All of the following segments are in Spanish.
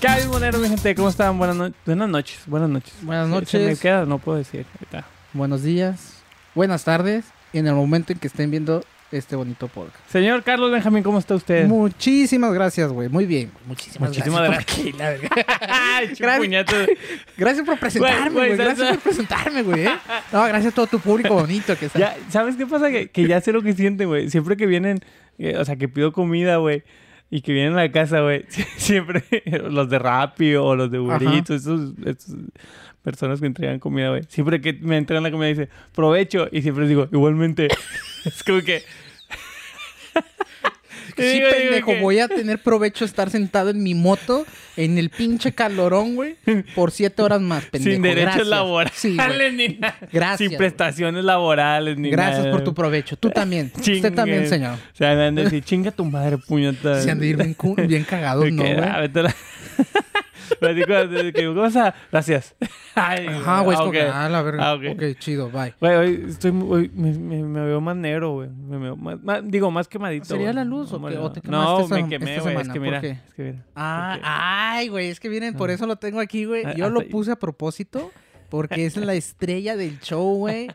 Ya bien, Monero, mi gente, ¿cómo están? Buenas, no- buenas noches, buenas noches. Buenas Se- Se me noches, queda, no puedo decir. Ahí está. buenos días, buenas tardes, y en el momento en que estén viendo este bonito podcast. Señor Carlos Benjamín, ¿cómo está usted? Muchísimas gracias, güey. Muy bien. Muchísimas, Muchísimas gracias. Gracias. Ay, Gracias. chupuñato. gracias por presentarme, güey, güey. ¿sabes? Gracias por presentarme, güey. eh. No, gracias a todo tu público bonito que está. Ya, ¿Sabes qué pasa? Que, que ya sé lo que sienten, güey. Siempre que vienen, eh, o sea, que pido comida, güey. Y que vienen a la casa, güey. sie- Siempre los de Rappi o los de Uber Ajá. Eats, esos, esas personas que entregan comida, güey. Siempre que me entregan la comida, dice, provecho. Y siempre les digo, igualmente. es como que... Sí, Y digo, digo pendejo, que- voy a tener provecho estar sentado en mi moto en el pinche calorón, güey, por siete horas más, pendejo. Sin derechos Gracias. laborales Sí, güey. ni nada. Gracias, Sin güey. prestaciones laborales ni nada. Gracias por tu provecho. Tú también. Usted también, Chingue. señor. O sea, me han de decir, chinga tu madre, puñeta. Se han de ir bien, cu- bien cagados, De ¿no, que, güey? ah, vete a la- Me dijo, de que, ¿Qué pasa? Gracias. Ay, Ajá, güey, es como ok. que, ah, la verga. Ah, ok. ok, chido, bye. Güey, hoy estoy, mu- hoy me, me- me veo más negro, güey. Me veo más- más- digo, más quemadito. ¿Sería güey. la luz o Hombre, qué? no. ¿O te No, quemaste me esta- quemé, esta güey. Es semana? que ¿Por mira, qué? es que mira. Ah, Ok. ay, güey, es que miren, por eso lo tengo aquí, güey. Ah, Yo lo hasta- puse a propósito porque es la estrella del show, güey.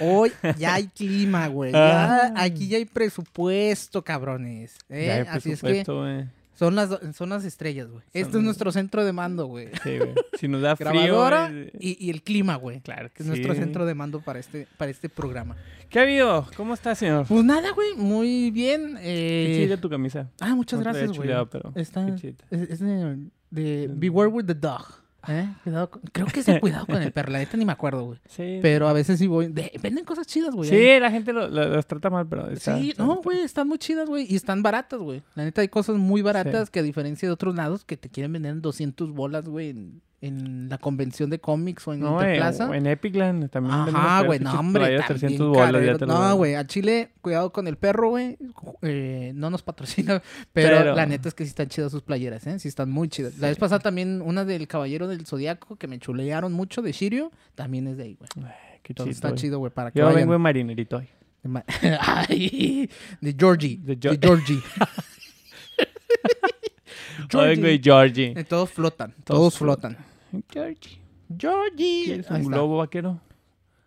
Hoy ya hay clima, güey. Ya, Ah. aquí ya hay presupuesto, cabrones. ¿eh? Ya hay Así es que presupuesto, güey. son las, do- son las estrellas, güey. Este Son- es nuestro centro de mando, güey. Sí, güey. Si nos da frío. Grabadora güey, y, y el clima, güey. Claro que Que es nuestro sí. centro de mando para este, para este programa. ¿Qué ha habido? ¿Cómo está, señor? Pues nada, güey, muy bien. Qué Eh, chida tu camisa. Ah, muchas No te la había gracias, güey. chuleado, pero Está. qué Es, chida. es de, de Beware with the Dog. ¿eh? Cuidado con- creo que es de cuidado con el perro. La neta ni me acuerdo, güey. Sí. Pero a veces sí voy. de- venden cosas chidas, güey. ahí. Sí, la gente lo- lo- los trata mal, pero. está- Sí, está- no, güey, están muy chidas, güey. Y están baratas, güey. La neta hay cosas muy baratas que a diferencia de otros lados que te quieren vender en 200 bolas, güey, en, en la convención de cómics o en No, eh, en, Interplaza. en Epicland también. venden Ajá, unos güey, pinches no, hombre. playas, tan 300 bien bolas, ya careros. te lo No, dan. güey, a Chile, cuidado con el perro, güey. ju- eh, no nos patrocina, pero, Pero- la neta es que sí están chidas sus playeras, ¿eh? Sí están muy chidas. La vez pasada también una del Caballero del Zodiaco que me chulearon mucho de Shirio, también es de ahí, güey. Qué Entonces chido, está güey. chido, güey, para que Yo vayan. vengo de marinerito hoy. De ma- Ay, de Georgie. De De, Gio- Georgie. Yo vengo de Georgie. Eh, Todos flotan, todos, Todos flotan. flotan. Georgie. Georgie. ¿Quieres Ahí un está. globo vaquero?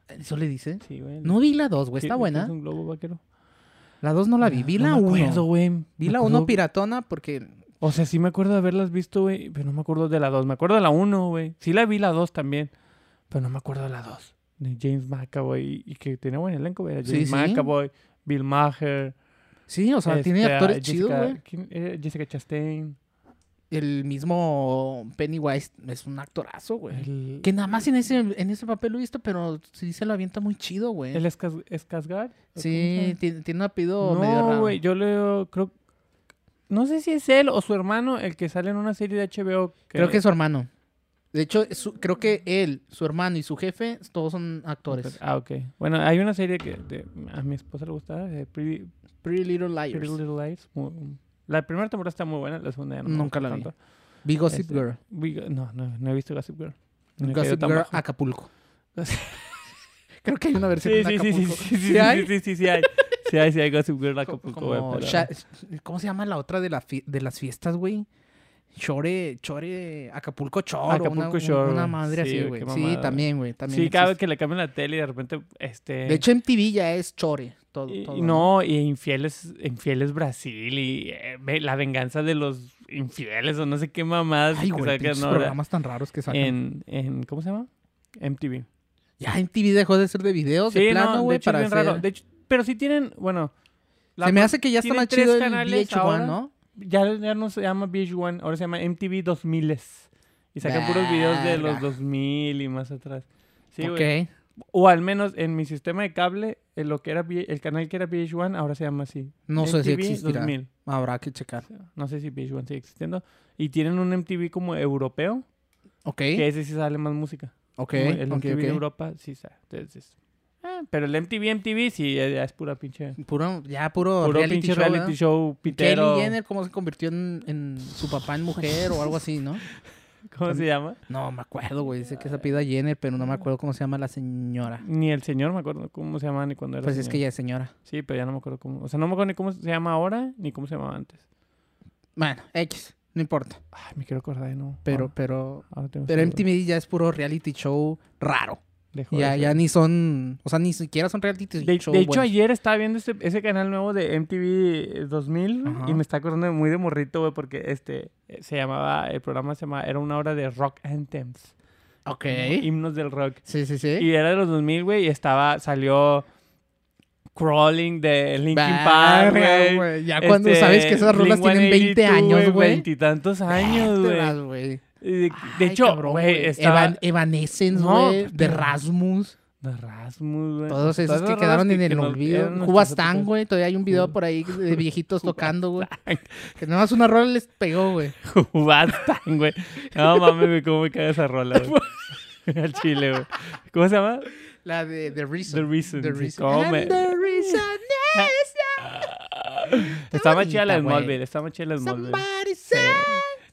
Eso le dice. Sí, güey. No vi la 2, güey, está ¿Quieres- buena. quieres un globo vaquero? La 2 no la vi, vi la No me 1. acuerdo, güey. vi Me la acuerdo- 1 piratona porque O sea, sí me acuerdo de haberlas visto, güey, pero no me acuerdo de la 2. Me acuerdo de la 1, güey. Sí la vi la 2 también, pero no me acuerdo de la 2. De James McAvoy y que tenía buen elenco, güey. James Sí, sí. McAvoy, Bill Maher. Sí, o sea, tiene este, actores Jessica- chidos, güey. ¿quién era? Jessica Chastain. El mismo Pennywise es un actorazo, güey. El, Que nada más en ese, en ese papel lo he visto, pero sí se lo avienta muy chido, güey. ¿El Escas- Skarsgård? ¿O cómo se Sí, llama? tiene, tiene un apellido medio No, raro. güey, yo le creo... No sé si es él o su hermano el que sale en una serie de HBO. Creo que es su hermano. De hecho, su- creo que él, su hermano y su jefe, todos son actores. Ah, ok. Bueno, hay una serie que de- a mi esposa le gustaba, de Pretty, Pretty Little Liars. Pretty Little Lies. Muy- la primera temporada está muy buena, la segunda ya no me Nunca gusta la vi. tanto. Vi Gossip Este, Girl. We Go- no, no, no he visto Gossip Girl. No he caído Gossip tan Girl bajo. Acapulco. Creo que hay una versión Sí, en sí, sí, sí, Acapulco. sí, sí, ¿Sí sí, hay? sí, sí, sí, hay. Sí hay, sí hay Gossip Girl Co- Acapulco, güey, como pero- Sha- ¿Cómo se llama la otra de, la fie- de las fiestas, güey? Chore, Chore, Acapulco Chore. Acapulco una, un- Shore, Una güey. madre Sí, así, güey, güey. qué Sí, mamada. también, güey. También Sí, cada vez existe. que le cambian la tele y de repente, este... De hecho, MTV ya es Chore. Todo, y- todo, y no, y Infieles, Infieles Brasil y eh, ve- la venganza de los infieles o no sé qué mamadas Ay, que güey, sacan pinches ahora programas tan raros que sacan. en, en, ¿cómo se llama? MTV. Ya MTV dejó de ser de videos, Sí, de plano, no, de güey, hecho es para bien hacer... raro. De hecho, pero sí tienen, bueno, la Se me pro- hace que ya está tienen más tres chido el canales VH1, ahora. ¿no? ya, ya no se llama VH1, ahora se llama MTV 2000 y sacan puros videos de los Verga. 2000 y más atrás. Sí, güey. ok. O al menos en mi sistema de cable, en lo que era V- el canal que era VH1 ahora se llama así. No sé si MTV existirá. 2000. Habrá que checar. No sé si VH1 sigue existiendo. Y tienen un MTV como europeo, Ok, que ese sí sale más música. ok, Como el ok, MTV de ok. Europa sí sale. Entonces, ah, pero el MTV, MTV sí ya, ya es pura pinche... Puro, ya puro, Puro reality pinche show, ¿verdad? reality show, pitero. Kylie Jenner, cómo se convirtió en, en su papá en mujer o algo así, ¿no? ¿Cómo se llama? No, me acuerdo, güey. Dice que se pida Jenner, pero no me acuerdo cómo se llama la señora. Ni el señor me acuerdo cómo se llamaba ni cuando era Pues es que señor. ya es señora. Sí, pero ya no me acuerdo cómo. O sea, no me acuerdo ni cómo se llama ahora ni cómo se llamaba antes. Bueno, X. No importa. Ay, me quiero acordar de Ah. no. Pero, Ahora- pero, ahora tengo pero esa duda. MTV ya es puro reality show raro. Dejó de Ya, ser. ya ni son, o sea, ni siquiera son reality De, de show. hecho, buenos. ayer estaba viendo ese, ese canal nuevo de MTV 2000 güey, Ajá. eh, y me está acordando de- muy de morrito, güey, porque este eh, se llamaba, el programa se llamaba, era una hora de rock anthems, Ok. como himnos del rock. Sí, sí, sí. Y era de los 2000, güey, y estaba, salió Crawling de Linkin Bah, Park, güey. güey, Ya Ah, cuando Este, sabes que esas rolas Blink tienen 20 182, años, güey. Veintitantos años, güey. Vértelas, güey. Y De, de Ay, hecho, cabrón, güey, estaba Evan- eh, Evanescence, No, güey. de pero- Rasmus. de Rasmus, güey. Todos Todas esos las que rolas quedaron en que el nos- eran olvido. nuestras Cubastán, épocas. güey. Todavía hay un video Cuba- por ahí de viejitos tocando, güey. Que nada más una rola les pegó, güey. Cubastán, güey. No mames, güey, cómo me caga esa rola, güey. Al chile, güey. ¿Cómo se llama? La de The Reason. The Reason. The sí, Reason. cómo And me- the reason is Está más chida la de bonita, güey. Smallville, está más chida la de Smallville. somebody Sí, said.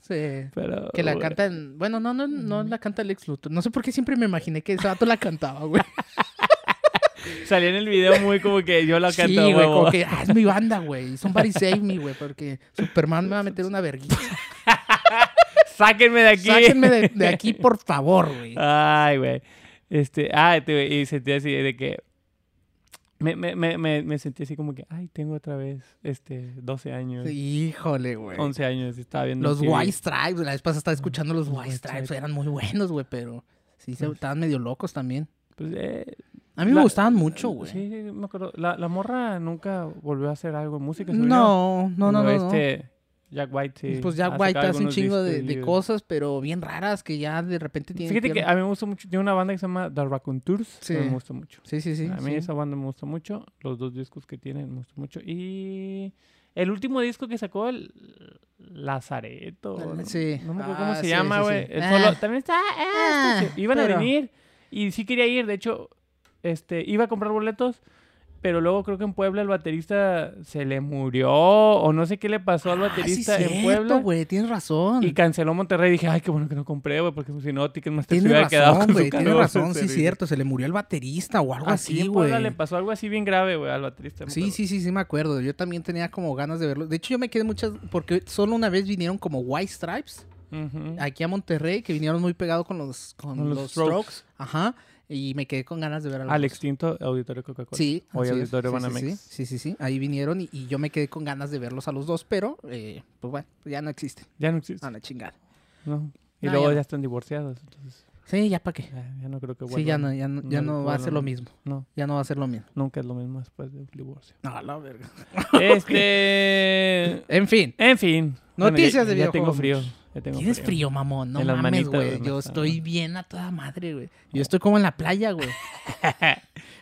Sí. pero, Que la güey. cantan. Bueno, no, no, no la canta Lex Luthor. No sé por qué siempre me imaginé que ese vato la cantaba, güey. Salía en el video muy como que yo la canto, Sí, a güey, huevo. como que ah, es mi banda, güey. Somebody save me, güey, porque Superman me va a meter una verguita. Sáquenme de aquí. Ah. Sáquenme de, de aquí, por favor, güey. Ay, güey. Este, ah, te- y sentí así de que. Me, me, me, me, me sentí así como que, ay, tengo otra vez este, 12 años, Híjole, güey. 11 años, estaba viendo. Los MTV. White Stripes, la vez pasada estaba escuchando los Los White White Stripes, Stripes. eran muy buenos, güey, pero sí se, estaban medio locos también. Pues, eh, A mí me La- eh, gustaban mucho, güey. Sí, sí, me acuerdo. La, la morra nunca volvió a hacer algo en música. ¿se unió? No, no, no, no. Digo, no. Este, Jack White, sí. Pues ha ya sacado White hace un algunos chingo de, discos de y- cosas, pero bien raras que ya de repente tienen. Fíjate que ah, pierna. a mí me gusta mucho. Tiene una banda que se llama The Raccoon Tours. Sí. que Me gusta mucho. Sí, sí, sí. a mí sí. esa banda me gusta mucho. Los dos discos que tienen me gustan mucho. Y el último disco que sacó, el Lazareto. Ah, ¿no? sí. No me acuerdo cómo Ah, se sí, llama, sí, güey. sí. El Ah. solo- También está. ah, este, Ah, sí. Iban pero- a venir. Y sí quería ir. De hecho, este, iba a comprar boletos. Pero luego creo que en Puebla el baterista se le murió. O no sé qué le pasó al Ah, sí, baterista en cierto, Puebla. güey, tienes razón. Y canceló Monterrey. Dije, ay, qué bueno que no compré, güey. Porque si no, Ticketmaster se Tienes hubiera quedado razón, con güey, su tienes cargo de razón, sí, servicio. cierto. Se le murió el baterista o algo Así, así, en Puebla güey. le pasó algo así bien grave, güey, al baterista. me Sí, acuerdo. sí, sí, sí, me acuerdo. Yo también tenía como ganas de verlo. De hecho, yo me quedé muchas, porque solo una vez vinieron como White Stripes Ujú. aquí a Monterrey, que vinieron muy pegados con los, con Con los, los strokes. Strokes. Ajá. Y me quedé con ganas de ver a los Al dos. extinto auditorio Coca-Cola. Sí, Hoy así es. auditorio Sí, sí, Banamex. sí, sí, sí, sí. Ahí vinieron y, y yo me quedé con ganas de verlos a los dos, pero eh, pues bueno, ya no existe. Ya no existe. A la chingada. No. Y No, luego Ah, ya ya, no. están divorciados. Entonces, Sí, ya para qué. ya, ya no creo que sí, ya vuelvan. no, ya no, ya no no va a ser lo vuelvan. mismo. No, Ya no va a ser lo mismo. nunca es lo mismo después del divorcio. No, la verga. este. En fin. En fin. Noticias ya- de Ya tengo videojuegos. frío. Ya tengo Tienes frío, mamón. No Ah. En las mames, manitas, güey. güey, me Yo está- estoy bien a toda madre, güey. Yo estoy como en la playa, güey.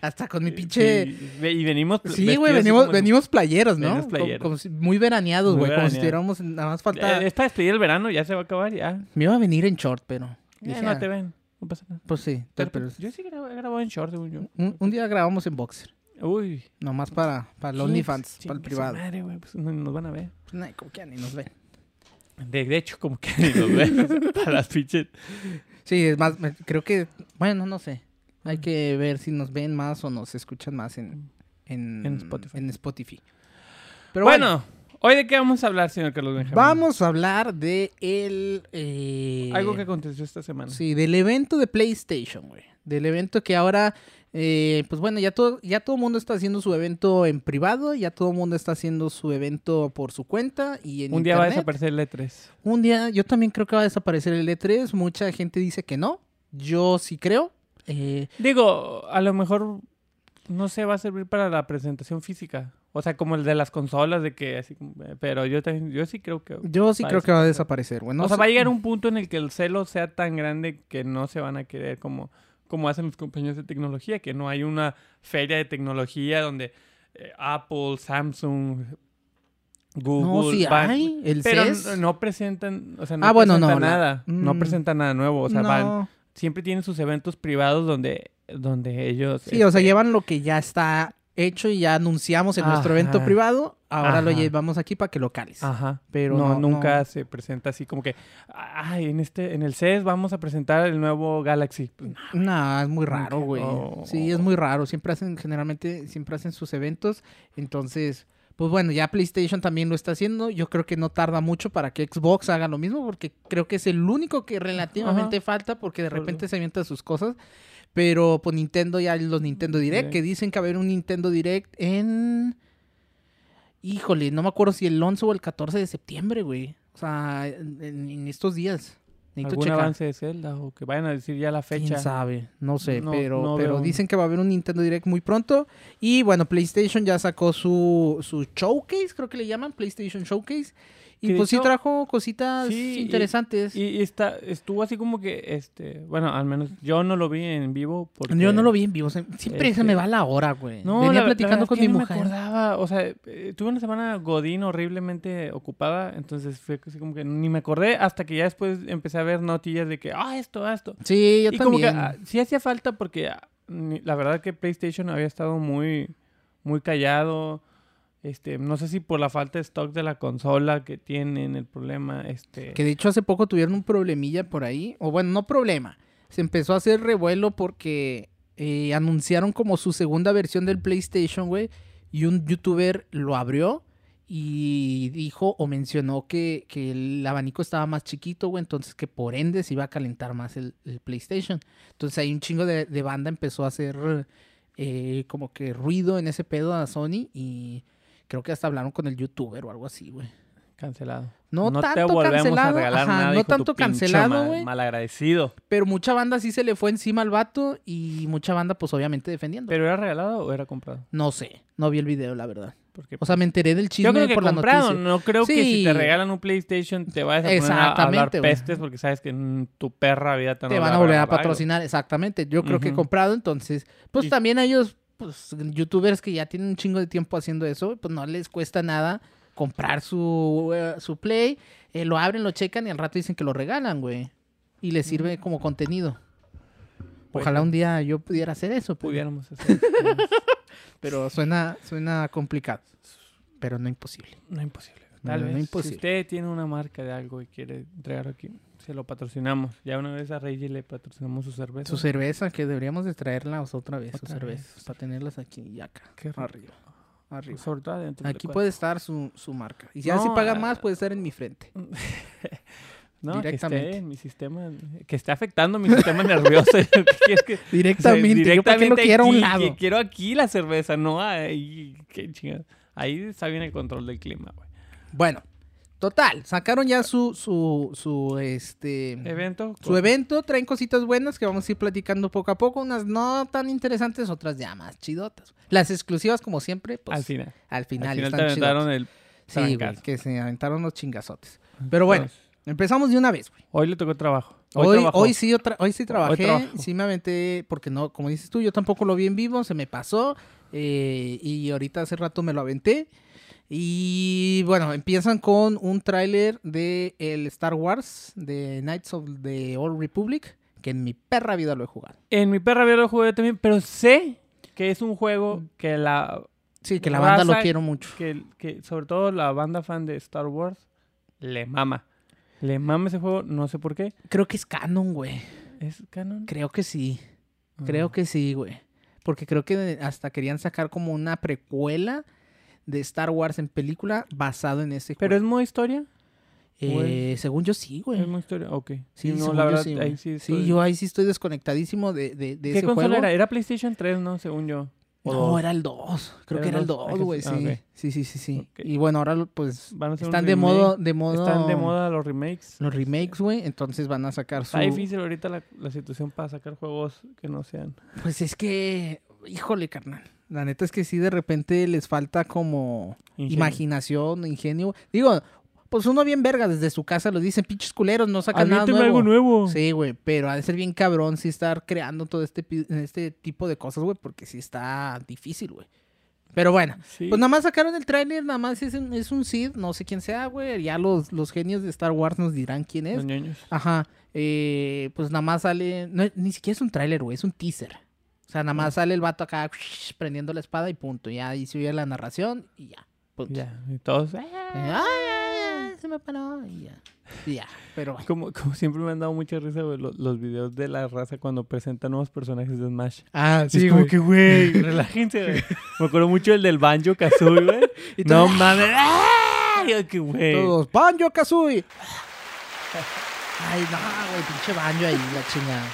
Hasta con mi pinche. Sí, ve- y venimos. Sí, vestidos güey, así venimos, como de- venimos playeros, ¿no? Venimos Co- playeros. como si- muy veraneados, Muy güey. Como si veraneados. estuviéramos. Nada más falta. Eh, Está despedida el verano, ya se va a acabar, ya. Me iba a venir en short, pero. Ya dije, eh, no ah, te ven. No pasa nada. Pues sí, te- Pero, pero- Yo sí grabo- he grabado en short, según yo. un, un día grabamos en boxer. Uy. Nomás para, para los Sí, OnlyFans, pues, chingue para el su privado. madre, güey, pues, no- nos van a ver. Pues, nah, como que ya ni nos ven. De, de hecho, como que ni nos ven. para las pinches. Sí, es más, me- creo que. Bueno, no sé. Hay que ver si nos ven más o nos escuchan más en, en, Mm. En Spotify. en Spotify. Pero bueno, ¿hoy de qué vamos a hablar, señor Carlos Benjamín? Vamos a hablar de el... eh, Algo que aconteció esta semana. Sí, del evento de PlayStation, güey. Del evento que ahora... eh, pues bueno, ya todo ya todo mundo está haciendo su evento en privado, ya todo el mundo está haciendo su evento por su cuenta y en Un día va a internet. desaparecer el E E3. Un día, yo también creo que va a desaparecer el E3, mucha gente dice que no, yo sí creo. Eh, Digo, a lo mejor no se va a servir para la presentación física. O sea, como el de las consolas, de que así. como- eh, Pero yo también, yo sí creo que. yo sí Va a creo que va a desaparecer, güey. No o sea, sé- va a llegar un punto en el que el celo sea tan grande que no se van a querer como, como hacen los compañías de tecnología, que no hay una feria de tecnología donde eh, Apple, Samsung, Google... No, sí van- hay, el pero CES. n- no presentan, o sea, no Ah, bueno, no, presentan la- nada, no mm. presentan nada nuevo, o sea, van, No. siempre tienen sus eventos privados donde, donde ellos... Sí, o sea, este, llevan lo que ya está hecho y ya anunciamos en nuestro evento Ajá. privado. Ahora lo Ajá. Ah, llevamos aquí para que lo cales. Ajá, pero pero no, no- nunca no. se presenta así como que, ay, en este, en el CES vamos a presentar el nuevo Galaxy. Pues, No, es muy raro, güey. Oh. Sí, es muy raro. Siempre hacen, generalmente, siempre hacen sus eventos. Entonces, Pues bueno, ya PlayStation también lo está haciendo. Yo creo que no tarda mucho para que Xbox haga lo mismo, porque creo que es el único que relativamente Ajá. falta, porque de Por repente se avienta sus cosas. Pero pues Nintendo ya los Nintendo Direct, Direct. que dicen que va a haber un Nintendo Direct en... Híjole, no me acuerdo si el 11 o el 14 de septiembre, güey. O sea, en, en estos días. Necesito ¿Algún checar. avance de Zelda o que vayan a decir ya la fecha? ¿Quién sabe? No sé, No- pero, no pero veo. dicen que va a haber un Nintendo Direct muy pronto. Y bueno, PlayStation ya sacó su, su showcase, creo que le llaman, PlayStation Showcase. Y Que de pues sí hecho- trajo cositas Sí, y- interesantes. Y, y está, estuvo así como que, este, bueno, al menos yo no lo vi en vivo. Porque, Yo no lo vi en vivo, se- siempre se Este- me va la hora, güey. No, Venía la- la platicando verdad es con que mi no mujer. me acordaba, o sea, eh, tuve una semana godín horriblemente ocupada, entonces fue así como que ni me acordé hasta que ya después empecé a ver notillas de que, ah, esto, ah, esto. Sí, yo y como que también. ah, sí hacía falta porque ah, ni- la verdad que PlayStation había estado muy, muy callado. Este, no sé si por la falta de stock de la consola que tienen el problema, este... Que de hecho hace poco tuvieron un problemilla por ahí. O bueno, no problema. Se empezó a hacer revuelo porque eh, anunciaron como su segunda versión del PlayStation, güey. Y un youtuber lo abrió y dijo o mencionó que, que el abanico estaba más chiquito, güey. Entonces que por ende se iba a calentar más el, el PlayStation. Entonces ahí un chingo de, de banda empezó a hacer eh, como que ruido en ese pedo a Sony. Y creo que hasta hablaron con el youtuber o algo así, güey. Cancelado. No te tanto volvemos cancelado, a regalar ajá, nada. no hijo de tu tanto pinche cancelado, madre, güey. Malagradecido. Pero mucha banda sí se le fue encima al vato y mucha banda pues obviamente defendiendo. ¿Pero era regalado o era comprado? No sé, no vi el video la verdad. Porque O sea, me enteré del chisme yo creo que por la comprado. noticia. No creo que si Sí. te regalan un PlayStation te vayas a poner a- a hablar Exactamente, güey. pestes porque sabes que en tu perra vida te, Te van a volver a regalar algo. patrocinar, exactamente. Yo creo que Ujú. comprado, entonces, pues Y- también a ellos, pues youtubers que ya tienen un chingo de tiempo haciendo eso, pues no les cuesta nada comprar su, eh, su play, eh, lo abren, lo checan y al rato dicen que lo regalan, güey. Y les sirve como contenido. Pues, Ojalá un día yo pudiera hacer eso, pues. pero- Pudiéramos hacer. pero suena, suena complicado, pero no imposible. No imposible. Tal No, no vez. imposible. Si usted tiene una marca de algo y quiere entregar aquí, se lo patrocinamos. Ya una vez a Reggie le patrocinamos su cerveza. Su cerveza, que deberíamos de traerlas otra vez, sus Otra cervezas, para tenerlas aquí y acá. Qué rico. Arriba, arriba. Sobre todo adentro. del Ah, Aquí cuarto. puede estar su, su marca. Y si No, así paga ah, más, puede estar en mi frente. No, que esté directamente. en mi sistema, que esté afectando mi sistema nervioso. ¿Qué quieres que- O sea, Directamente. Yo para qué lo directamente quiero a un aquí, lado. que quiero aquí la cerveza, no ahí. Qué chingada. Ahí está bien el control del clima, güey. Bueno, total. Sacaron ya su, su, su, este... Evento. Su evento, traen cositas buenas que vamos a ir platicando poco a poco, unas no tan interesantes, otras ya más chidotas. Las exclusivas, como siempre, pues al final. al final, al final te están aventaron el. chidotas. Sí, güey, trancazo. que se aventaron los chingazotes. Pero bueno, empezamos de una vez, güey. Pues, Hoy le tocó trabajo. Hoy, hoy, trabajó. sí, yo tra- hoy sí trabajé, trabajo. sí me aventé, porque no, como dices tú, yo tampoco lo vi en vivo, se me pasó, eh, y ahorita hace rato me lo aventé. Y bueno, empiezan con un tráiler de el Star Wars, de Knights of the Old Republic, que en mi perra vida lo he jugado. En mi perra vieja lo jugué también, pero sé que es un juego que la. Sí, que la Raza- banda lo quiero mucho. Que, que sobre todo la banda fan de Star Wars le mama. Le mama ese juego, no sé por qué. Creo que es canon, güey. ¿Es canon? Creo que sí. Creo que sí, güey. Porque creo que hasta querían sacar como una precuela de Star Wars en película basado en ese ¿Pero es juego. muy historia? Eh, según yo sí, ¿Es güey. muy historia? Ok. Sí, no, según la yo verdad, sí, güey. ahí sí. Sí, estoy- yo ahí sí estoy desconectadísimo de, de, de ¿Qué ese consola juego. era? Era PlayStation 3, ¿no? Según yo. ¿O No, dos? era el 2. Creo ¿Era que el era el dos? 2, Ah, que güey, sí. sí. Ah, ok. Sí, sí, sí, sí. Ok. Y bueno, ahora pues Van a hacer un están de remake. modo, de modo... Están de moda los remakes. Los remakes, güey. Entonces van a sacar su... Está difícil ahorita la, la situación para sacar juegos que no sean. Pues es que... Híjole, carnal. La neta es que sí, de repente les falta como... ingenuos. imaginación, ingenio. Digo, pues uno bien verga desde su casa lo dicen, pinches culeros, no sacan nada Aviénteme nuevo. algo nuevo. Sí, güey, pero ha de ser bien cabrón si estar creando todo este, pi- este tipo de cosas, güey, porque sí está difícil, güey. Pero bueno, Sí. pues nada más sacaron el tráiler, nada más es un, es un Sid, no sé quién sea, güey, ya los, los genios de Star Wars nos dirán quién es. Los ñoños. Ajá, eh, pues nada más sale, no, ni siquiera es un tráiler, güey, es un teaser. O sea, nada más sale el vato acá prendiendo la espada y punto, Eh, ya, y se oye la narración y ya, punto. Ya. Y todos. "Ah". Ah, se me paró. Y ya. Y ya, pero bueno. Como, como siempre me han dado mucha risa, güey, lo- los, videos de la raza cuando presentan nuevos personajes de Smash. Ah, es como que, güey, relájense, güey. Me acuerdo mucho el del Banjo Kazooie, güey. Y no todo- mames. ¡Ay! Yo que, güey. Todos, Banjo Kazooie. Ay, no, güey, pinche Banjo ahí, la chingada.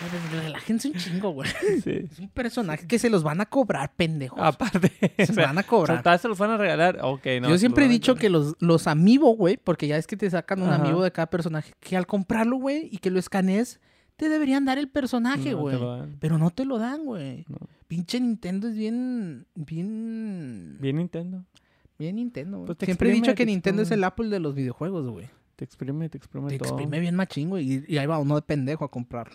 Güey, pero Relájense un chingo, güey. Sí. Es un personaje que se los van a cobrar, pendejos. Aparte. se o los sea, van a o sea, cobrar. tal vez se los van a regalar. Ok, no. Yo se siempre he los van a dicho que los, los amiibo, güey, porque ya es que te sacan un Ajá. amigo de cada personaje, que al comprarlo, güey, y que lo escanees, te deberían dar el personaje, No, te güey. lo dan. Pero no te lo dan, güey. No. Pinche Nintendo es bien. Bien. Bien Nintendo. Bien Nintendo, güey. Pues te Siempre he dicho exprime, que te Nintendo es exprime. el Apple de los videojuegos, güey. Te exprime, te exprime Te todo. exprime bien machín, güey. Y, y ahí va uno de pendejo a comprar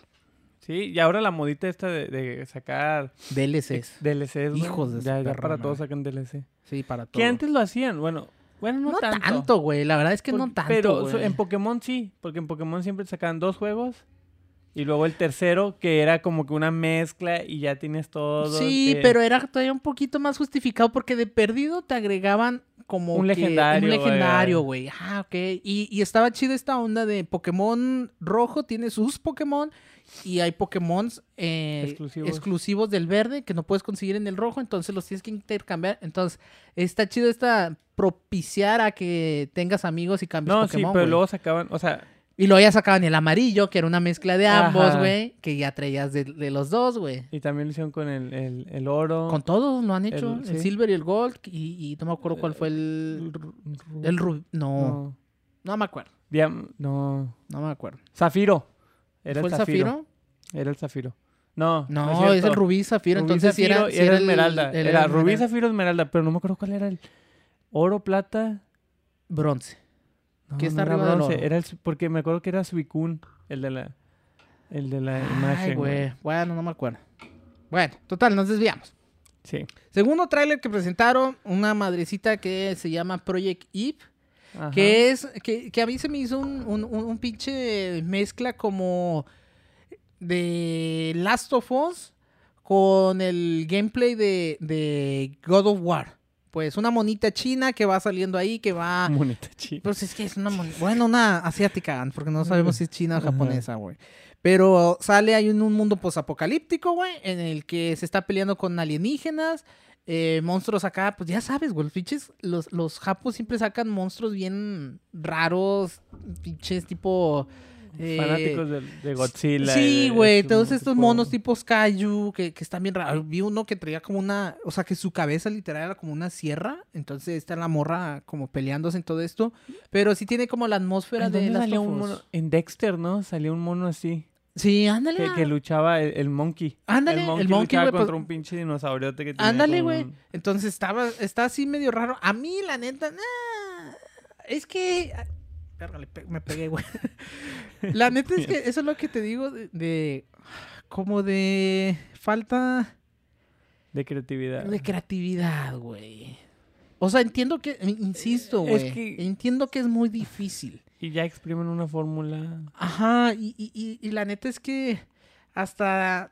Sí, y ahora la modita esta de, de sacar DLCs. DLCs, güey. Hijos de su Ya, ya perra para todos madre. sacan DLC. Sí, para todo. Que antes lo hacían, bueno. Bueno, no, No tanto, güey. La verdad es que no Porque- tanto. Pero so- güey. en Pokémon sí, porque en Pokémon siempre sacaban dos juegos y luego el tercero que era como que una mezcla y ya tienes todo. Sí, eh, pero era todavía un poquito más justificado porque de perdido te agregaban como Un que- legendario, un güey. legendario, güey. Ah, ok. Y, y estaba chida esta onda de Pokémon rojo tiene sus Pokémon y hay Pokémon Exclusivos. exclusivos. del verde que no puedes conseguir en el rojo, entonces los tienes que intercambiar. Entonces está chido esta propiciar a que tengas amigos y cambies No, sí, Pokémon. pero güey. luego sacaban, o sea, Y luego ya sacaban el amarillo, que era una mezcla de ambos, Ajá. güey, que ya traías de, de los dos, güey. y también lo hicieron con el, el, el oro. Con todos lo han hecho. El- El, sí. silver y el gold. Y, y no me acuerdo cuál fue el el. ru- ru- El rubí. No, no, no me acuerdo. diam- no, No me acuerdo. zafiro. Era ¿Fue el zafiro, Era el zafiro. No, No, es, es el cierto. rubí zafiro. Rubí, entonces sí zafiro era. y sí era el- esmeralda. el- era rubí, esmeralda. zafiro, esmeralda, pero no me acuerdo cuál era el oro, plata. Bronce. No, ¿Qué está no era arriba del bronce, oro? Era el su- porque me acuerdo que era Suicune, el de la, el de la Ay, imagen. güey. Bueno, no me acuerdo. Bueno, total, nos desviamos. Sí. Segundo tráiler que presentaron, una madrecita que se llama Project Eve. Ajá. Que es. Que, que a mí se me hizo un, un, un- un pinche mezcla como. De Last of Us con el gameplay de, de God of War. Pues una monita china que va saliendo ahí, que va. Moneta chida. Pues es que es una monita. Bueno, una asiática, porque no sabemos si es china o japonesa, güey. Pero sale ahí en un mundo posapocalíptico, güey, en el que se está peleando con alienígenas, eh, monstruos acá, pues ya sabes, güey, los pinches, los, los japos siempre sacan monstruos bien raros, pinches tipo... eh, Fanáticos de, de Godzilla. y Sí, de- este, güey, de todos tipo- estos monos tipos kaiju que, que están bien raros. Vi uno que traía como una, o sea, que su cabeza literal era como una sierra. Entonces está la morra como peleándose en todo esto. Pero sí tiene como la atmósfera ¿En de dónde Last salió of un Us. mono? En Dexter, ¿no? Salió un mono así. Sí, ándale. Que, que luchaba el, el monkey. Ah. Ándale, el el monkey, monkey, luchaba güey, contra pues- un pinche dinosauriote que tenía. Ándale, como güey. un- Entonces estaba, está así medio raro. A mí, la neta, nah, es que. ah, pérgale, pe- me pegué, güey. La neta es que eso es lo que te digo de. de- como de. Falta De creatividad. de creatividad, güey. O sea, entiendo que. Insisto, Es güey. que- Entiendo que es muy difícil. Y ya exprimen una fórmula. Ajá, y, y- y- y la neta es que hasta,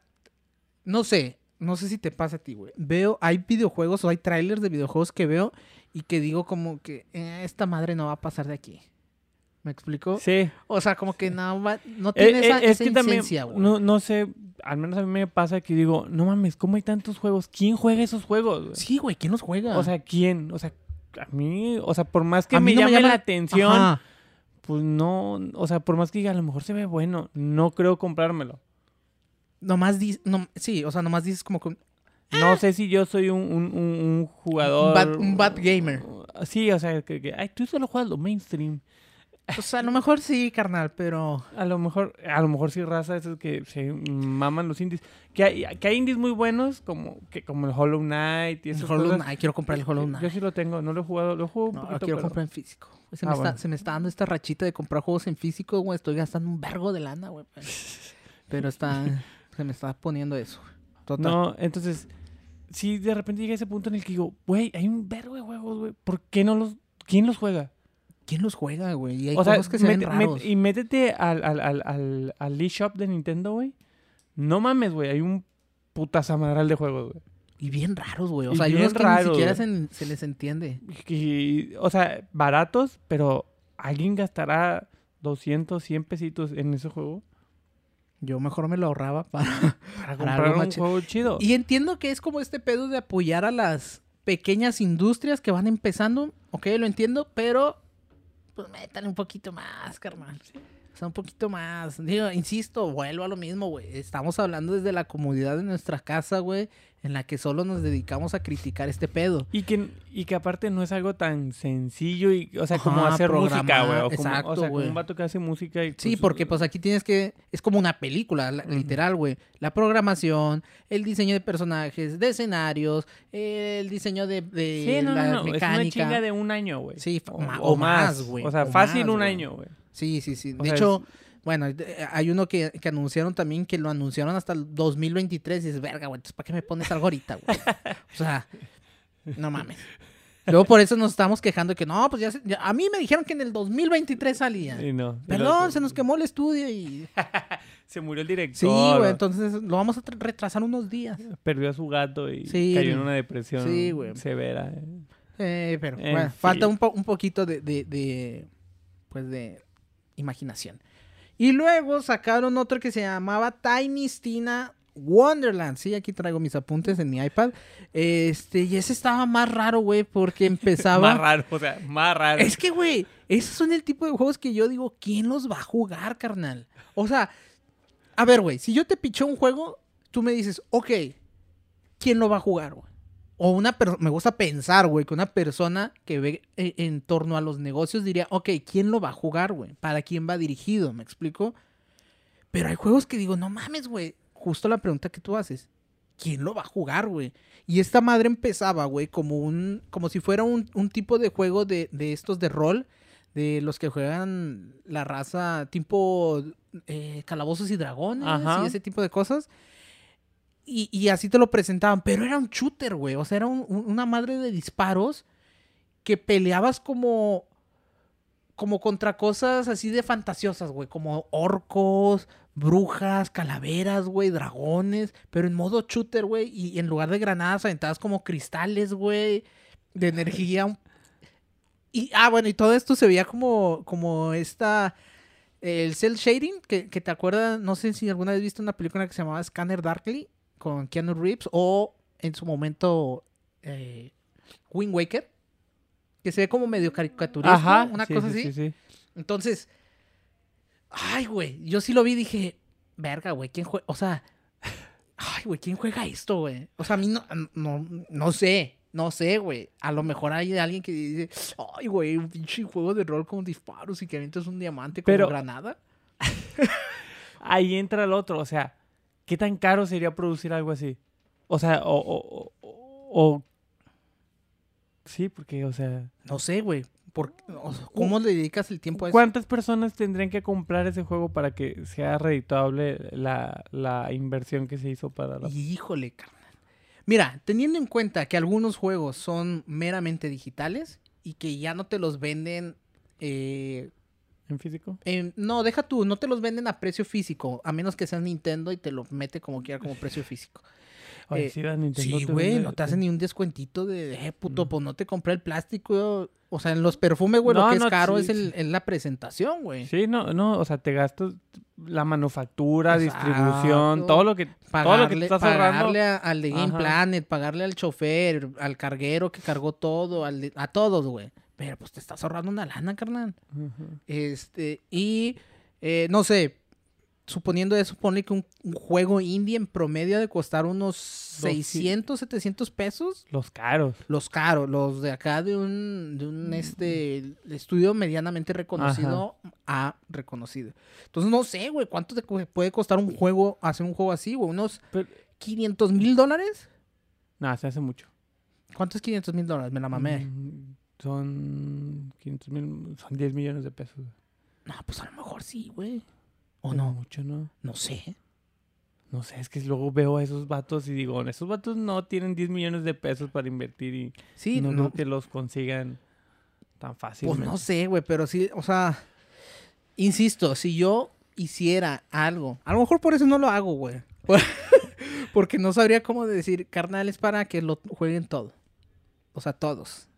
no sé, no sé si te pasa a ti, güey. Veo, hay videojuegos o hay trailers de videojuegos que veo y que digo como que "Eh, esta madre no va a pasar de aquí. ¿Me explico? Sí. O sea, como que no, va- no Eh, tiene eh, esa, es esa que también, esencia, güey. no, no sé, al menos a mí me pasa que digo, no mames, ¿cómo hay tantos juegos? ¿Quién juega esos juegos? güey? Sí, güey, ¿quién los juega? O sea, ¿quién? O sea, a mí, o sea, por más que A me mí no me llame llama la la- atención, Ajá. pues no, o sea, por más que diga, a lo mejor se ve bueno, no creo comprármelo. Nomás dices, sí, o sea, nomás dices como que un- No sé si yo soy un, un- un- un jugador... Ah. Un bad- un bad gamer. Sí, o sea, que, que, ay, tú solo juegas lo mainstream. o sea, a lo mejor sí, carnal, pero... A lo mejor, a lo mejor sí raza esos que se maman los indies. Que hay, que hay indies muy buenos como, que, como el Hollow Knight y El esas Hollow cosas. Knight, quiero comprar el Hollow Yo- Knight. Yo sí lo tengo, no lo he jugado, lo juego un No, lo poquito, quiero pero- comprar en físico. güey. Se, Ah, me está, bueno. se me está dando esta rachita de comprar juegos en físico, güey. Estoy gastando un vergo de lana, güey. Pero, pero está, se me está poniendo eso. Total. No, entonces, si de repente llega ese punto en el que digo, güey, hay un verbo de juegos, güey, ¿por qué no los, quién los juega? ¿Quién los juega, güey? Y hay o sea, juegos que se mete- ven met- raros. y métete al, al, al, al, al eShop de Nintendo, güey. No mames, güey, hay un putazamadral de juegos, güey. Y bien raros, güey. O y sea, hay bien unos que raros, ni siquiera güey. se, se les entiende. Y- y- o sea, baratos, pero ¿alguien gastará 200, 100 pesitos en ese juego? Yo mejor me lo ahorraba para, Para Para comprar algo un más chi- juego chido. Y entiendo que es como este pedo de apoyar a las pequeñas industrias que van empezando. Ok, lo entiendo, pero pues métale un poquito más, carnal. O sea, un poquito más. Digo, insisto, vuelvo a lo mismo, güey. Estamos hablando desde la comodidad de nuestra casa, güey, en la que solo nos dedicamos a criticar este pedo. Y que, y que aparte no es algo tan sencillo, y, o sea, Ajá, como hacer música, programar, güey. O, como- exacto, o sea, güey. como un vato que hace música y... Sí, porque pues aquí tienes que... Es como una película, la- eh, Ujú. literal, güey. La programación, el diseño de personajes, de escenarios, el diseño de, de Sí, no, eh, la no, no. Es una mecánica. chinga de un año, güey. Sí, fa- O, ma- o o más, más, güey. güey. O sea, O fácil más, un güey. año, güey. Sí, sí, sí. De O sea, hecho, bueno, de- hay uno que, que anunciaron también que lo anunciaron hasta el 2023 y es verga, güey. Entonces, ¿para qué me pones algo ahorita, güey? O sea, no mames. Luego por eso nos estamos quejando que no, pues ya, se- ya- a mí me dijeron que en el 2023 salía. Y no. Perdón, se nos quemó el estudio y Se murió el director. Sí, güey, entonces lo vamos a tra- retrasar unos días. Perdió a su gato y Sí, cayó en güey. una depresión Sí, güey. severa. eh. Eh, pero En bueno, falta fin. un, po- un poquito de, de- de, pues de imaginación. Y luego sacaron otro que se llamaba Tiny Stina Wonderland. Sí, aquí traigo mis apuntes en mi iPad. Este, y ese estaba más raro, güey, porque Más empezaba. raro, o sea, más raro. es que, güey, esos son el tipo de juegos que yo digo, ¿quién los va a jugar, carnal? O sea, a ver, güey, si yo te piché un juego, tú me dices, ok, ¿quién lo va a jugar, güey? O una persona, me gusta pensar, güey, que una persona que ve eh, en torno a los negocios diría, ok, ¿quién lo va a jugar, güey? ¿Para quién va dirigido? ¿Me explico? Pero hay juegos que digo, no mames, güey. Justo la pregunta que tú haces, ¿quién lo va a jugar, güey? Y esta madre empezaba, güey, como un, como si fuera un, un tipo de juego de, de estos de rol, de los que juegan la raza tipo eh, calabozos y dragones Ajá. y ese tipo de cosas. Y, y así te lo presentaban, pero era un shooter, güey. O sea, era un- un- una madre de disparos que peleabas como como contra cosas así de fantasiosas, güey, como orcos, brujas, calaveras, güey, dragones, pero en modo shooter, güey, y, y en lugar de granadas aventadas como cristales, güey, de energía. un- Y, ah, bueno, y todo esto se veía como, como esta, el cel shading, que, que te acuerdas, no sé si alguna vez viste una película que se llamaba Scanner Darkly, con Keanu Reeves, o en su momento, eh, Wind Waker, que se ve como medio caricaturesco, una sí, cosa sí, así. sí, sí. Entonces, ay, güey, yo sí lo vi y dije, verga, güey, ¿quién juega? O sea, ay, güey, ¿quién juega esto, güey? O sea, a mí no, no, no sé, no sé, güey. A lo mejor hay alguien que dice, ay, güey, un pinche juego de rol con disparos y que avientas un diamante como Pero- granada. Ahí entra el otro, o sea, ¿qué tan caro sería producir algo así? O sea, o... o, o- o- Sí, porque, o sea... No sé, güey. por- o sea, ¿Cómo le dedicas el tiempo a eso? ¿Cuántas personas tendrían que comprar ese juego para que sea redituable la, la inversión que se hizo para la... Híjole, carnal. Mira, teniendo en cuenta que algunos juegos son meramente digitales y que ya no te los venden eh, en físico? Eh, no, deja tú, no te los venden a precio físico, a menos que seas Nintendo y te lo mete como quiera como precio físico. Oye, Eh, sí, la Nintendo sí, te güey, vende- no te hacen ni un descuentito de, eh, puto, No. pues no te compré el plástico. O sea, en los perfumes, güey, lo No, que es no, caro sí, es, el- sí. es la presentación, güey. Sí, no, no, o sea, te gastas la manufactura, Exacto. distribución, todo lo que... Pagarle, todo lo que te estás ahorrando. pagarle a- al de Game Ajá. Planet, pagarle al chofer, al carguero que cargó todo, al de- a todos, güey. Pero pues te estás ahorrando una lana, carnal. Ujú. Este, y eh, no sé, suponiendo eso, ponle que un, un juego indie en promedio ha de costar unos Dos, sí. 600, 700 pesos. Los caros. Los caros, los de acá de un, de un este, estudio medianamente reconocido a reconocido. Entonces, no sé, güey, ¿cuánto te cu- puede costar un juego, hacer un juego así, güey? ¿Unos Pero- 500 mil dólares? Nada, se hace mucho. ¿Cuánto es 500 mil dólares? Me la mamé. Mm, Son 500 mil, son 10 millones de pesos. No, pues a lo mejor sí, güey. ¿O Es no? Mucho, ¿no? No sé. No sé, es que luego veo a esos vatos y digo, esos vatos no tienen 10 millones de pesos para invertir y Sí, no, creo no, que los consigan tan fácil. Pues no sé, güey, pero sí, o sea, insisto, si yo hiciera algo, a lo mejor por eso no lo hago, güey. Porque no sabría cómo decir, carnal, es para que lo jueguen todo. O sea, todos.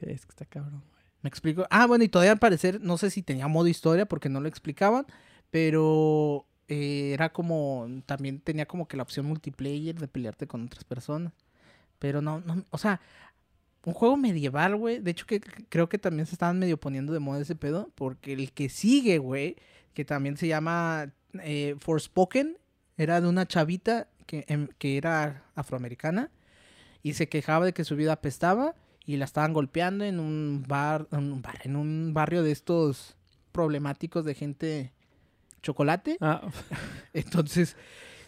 Sí, es que está cabrón. güey. ¿Me explico? Ah, bueno, y todavía al parecer, no sé si tenía modo historia porque no lo explicaban, pero eh, era como, también tenía como que la opción multiplayer de pelearte con otras personas. Pero no, no o sea, un juego medieval, güey. De hecho, que creo que también se estaban medio poniendo de moda ese pedo, porque el que sigue, güey, que también se llama eh, Forspoken, era de una chavita que, em, que era afroamericana y se quejaba de que su vida apestaba y la estaban golpeando en un bar, en un, bar- en un barrio de estos problemáticos de gente chocolate. Ah, Entonces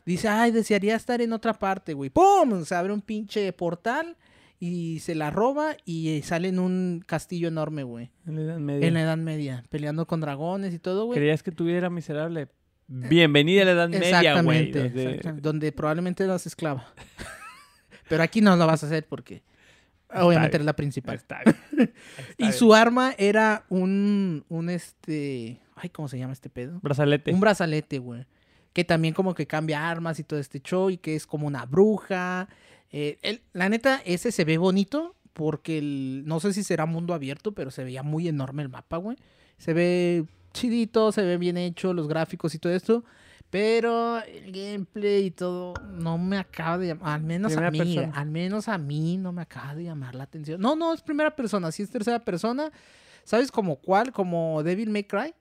dice, ay, desearía estar en otra parte, güey. ¡Pum! Se abre un pinche portal y se la roba y eh, sale en un castillo enorme, güey. en la Edad Media. En la Edad Media, peleando con dragones y todo, güey. Creías que tú era miserable. Bienvenida a la Edad Media, güey. Eh, Exactamente, donde- exactamente, Donde probablemente eras esclava. Pero aquí no lo vas a hacer porque obviamente bien. es la principal. pues, Está bien. Está Y bien. su arma era un, un este, ay, ¿cómo se llama este pedo? brazalete. Un brazalete, güey. Que también como que cambia armas y todo este show y que es como una bruja. Eh, el- la neta, ese se ve bonito porque el- no sé si será mundo abierto, pero se veía muy enorme el mapa, güey. Se ve chidito, se ve bien hecho, los gráficos y todo esto. Pero el gameplay y todo no me acaba de llamar, al menos a Primera mí, persona. al menos a mí no me acaba de llamar la atención. No, no, es primera persona, sí es tercera persona. ¿Sabes como cuál? Como Devil May Cry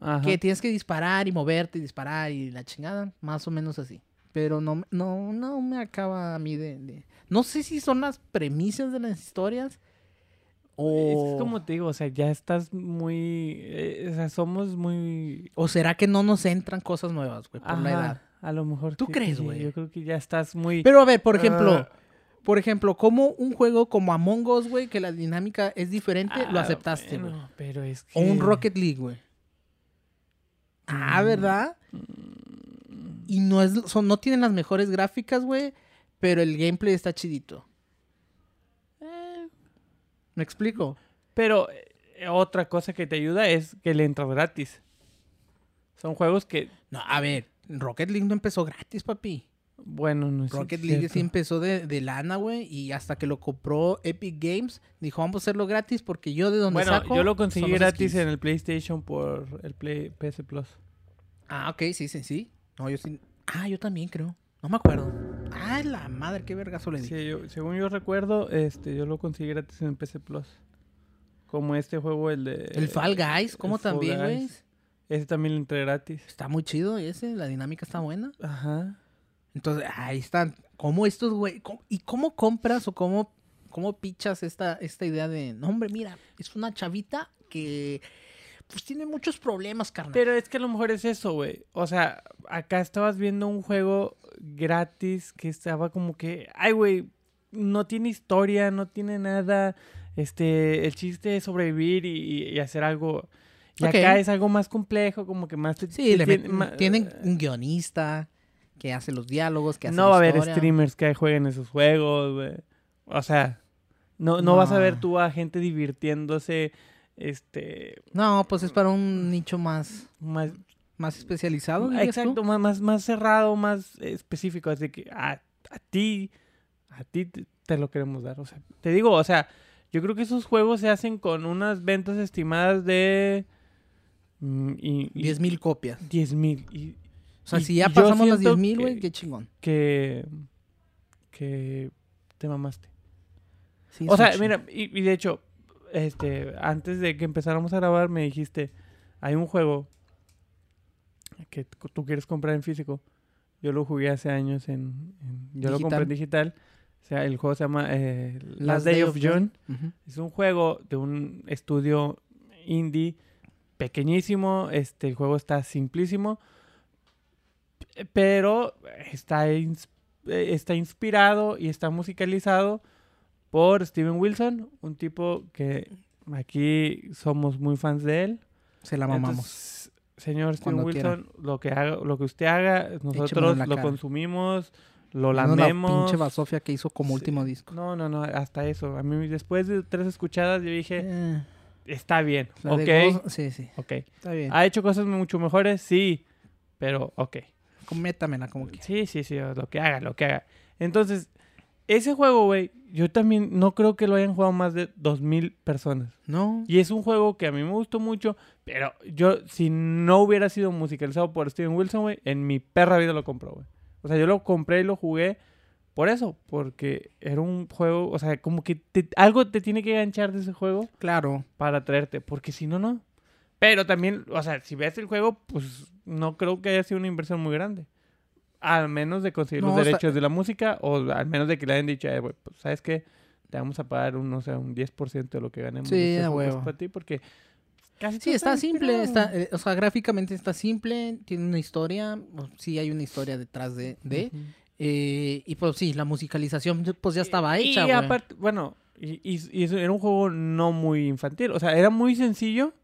Ajá. que tienes que disparar y moverte y disparar y la chingada, más o menos así. Pero no, no, no me acaba a mí de, de- No sé si son las premisas de las historias Es o... que como te digo, o sea, ya estás muy... eh, o sea, somos muy... o será que no nos entran cosas nuevas, güey, por Ajá, la edad. A lo mejor... ¿Tú que- crees, sí, güey? Yo creo que ya estás muy... Pero a ver, por ejemplo, Ah. por ejemplo, como un juego como Among Us, güey, que la dinámica es diferente, lo Ah, aceptaste, güey. bueno, pero es que... O un Rocket League, güey. Mm. Ah, ¿verdad? Y no es, son, no tienen las mejores gráficas, güey, pero el gameplay está chidito. ¿Me explico? eh, Pero eh, otra cosa que te ayuda es que le entras gratis. Son juegos que... No, a ver, Rocket League no empezó gratis, papi. Bueno, no es Rocket League sí siempre empezó de, de lana, güey, y hasta que lo compró Epic Games, dijo, vamos a hacerlo gratis porque yo de donde Bueno, saco yo lo son conseguí los gratis skins". en el PlayStation por el Play PS Plus. Ah, ok, sí, sí, sí. No, yo sí... Ah, yo también creo. No me acuerdo. Ah, la madre, qué vergazo le di. Sí, yo- según yo recuerdo, este, yo lo conseguí gratis en PC Plus. Como este juego, el de... El Fall Guys, como el Fall también, güey. Guys. Ese también lo entré gratis. Está muy chido ese, la dinámica está buena. Ajá. Entonces, ahí están. ¿Cómo estos, güey? cómo- ¿Y cómo compras o cómo, cómo pichas esta, esta idea de, no, hombre, mira, es una chavita que pues tiene muchos problemas, carnal? Pero es que a lo mejor es eso, güey. O sea, acá estabas viendo un juego gratis que estaba como que, ay, güey, no tiene historia, no tiene nada. Este, el chiste es sobrevivir y, y- y hacer algo. Y Ok. acá es algo más complejo, como que más... te- sí, te le tiene- met- ma- eh, tienen un guionista que hace los diálogos, que hace No va a la haber historia. streamers que jueguen esos juegos, güey. O sea, no, no, vas a ver No. tú a gente divirtiéndose, este, No, pues es para un nicho más, más... más especializado. Ah, dirías tú. Exacto, más, más, más cerrado, más eh, específico. Así que a, a ti, a ti te, te lo queremos dar. O sea, te digo, o sea, yo creo que esos juegos se hacen con unas ventas estimadas de... mm, y- y- 10.000 copias. 10,000. Y O sea, Y- si ya y yo pasamos las siento 10.000, güey, que- qué chingón. que... Que te mamaste. Sí, O es un sea, chingo. mira, y, y de hecho, este, antes de que empezáramos a grabar me dijiste, hay un juego que t- tú quieres comprar en físico. Yo lo jugué hace años en, en- yo lo compré en digital. O sea, el juego se llama eh, Last, Day, of June. Ujú. Es un juego de un estudio indie pequeñísimo. Este, el juego está simplísimo. eh, Pero está, ins- eh, está inspirado y está musicalizado por Steven Wilson, un tipo que aquí somos muy fans de él. Se la mamamos. Entonces, señor Steven Cuando quiera. Wilson, lo que haga, lo que usted haga, Échemelo nosotros en la lo cara. consumimos, lo Menos lamemos. La pinche basofia que hizo como Sí. último disco. No, no, no, hasta eso. A mí después de tres escuchadas yo dije, Eh, está bien, la ok, Ah. de Ghost- sí, sí. ok. Está bien. ¿Ha hecho cosas mucho mejores? Sí, pero ok. Cométamela como que. Sí, sí, sí, lo que haga, lo que haga. Entonces, Ese juego, güey, yo también no creo que lo hayan jugado más de 2.000 personas. No. Y es un juego que a mí me gustó mucho, pero yo, si no hubiera sido musicalizado por Steven Wilson, güey, en mi perra vida lo compró, güey. O sea, yo lo compré y lo jugué por eso, porque era un juego, o sea, como que te- algo te tiene que ganchar de ese juego Claro. para traerte, porque si no, no. Pero también, o sea, si ves el juego, pues no creo que haya sido una inversión muy grande. Al menos de conseguir No, los o sea- derechos de la música, o al menos de que le hayan dicho, eh, güey, pues sabes qué, te vamos a pagar un, no sé, un 10% de lo que ganemos. Sí, de este a juego, es huevo. Para ti, porque casi Sí, todo está simple. inspirado. Está, eh, o sea, gráficamente está simple. Tiene una historia. o- Sí, hay una historia detrás de. de Ujú. eh, y pues sí, la musicalización pues ya estaba Y- hecha, Y güey. aparte, bueno, y, y- y eso era un juego no muy infantil. O sea, era muy sencillo,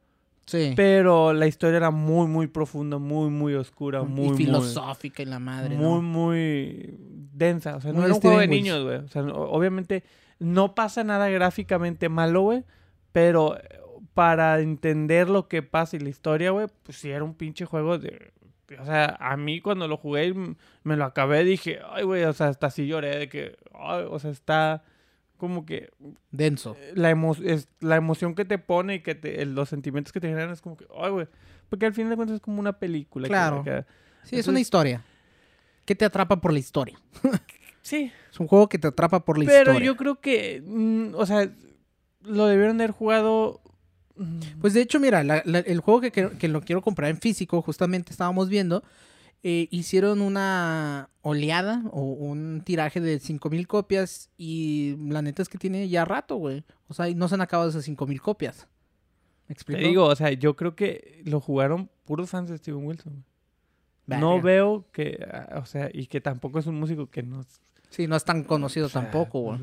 Sí. pero la historia era muy, muy profunda, muy, muy oscura, muy, y muy- filosófica y la madre. muy, ¿no? muy densa. O sea, no Muy era un juego de Steven Wilson. niños, güey. O sea, no- obviamente no pasa nada gráficamente malo, güey. Pero eh, para entender lo que pasa y la historia, güey, pues sí era un pinche juego de... O sea, a mí cuando lo jugué y m- me lo acabé, dije, ay, güey, o sea, hasta sí lloré de que, ay, o sea, está como que Denso. la, emo- es- la emoción que te pone y que te- el- los sentimientos que te generan es como que, ay, güey, porque al fin de cuentas es como una película. que- Claro. que- Sí, es una Entonces- historia. Que te atrapa por la historia. sí, Es un juego que te atrapa por la Pero historia. yo creo que, mm, o sea, lo debieron de haber jugado. mm, Pues de hecho, mira, la- la- el juego que, quiero- que lo quiero comprar en físico, justamente estábamos viendo, eh, hicieron una oleada o un tiraje de 5.000 copias y la neta es que tiene ya rato, güey. O sea, y no se han acabado esas 5.000 copias. ¿Me te explico? digo, o sea, yo creo que lo jugaron puros fans de Steven Wilson. güey. No Verga. veo que, ah, o sea, y que tampoco es un músico que no. Sí, no es tan conocido o sea, tampoco, güey.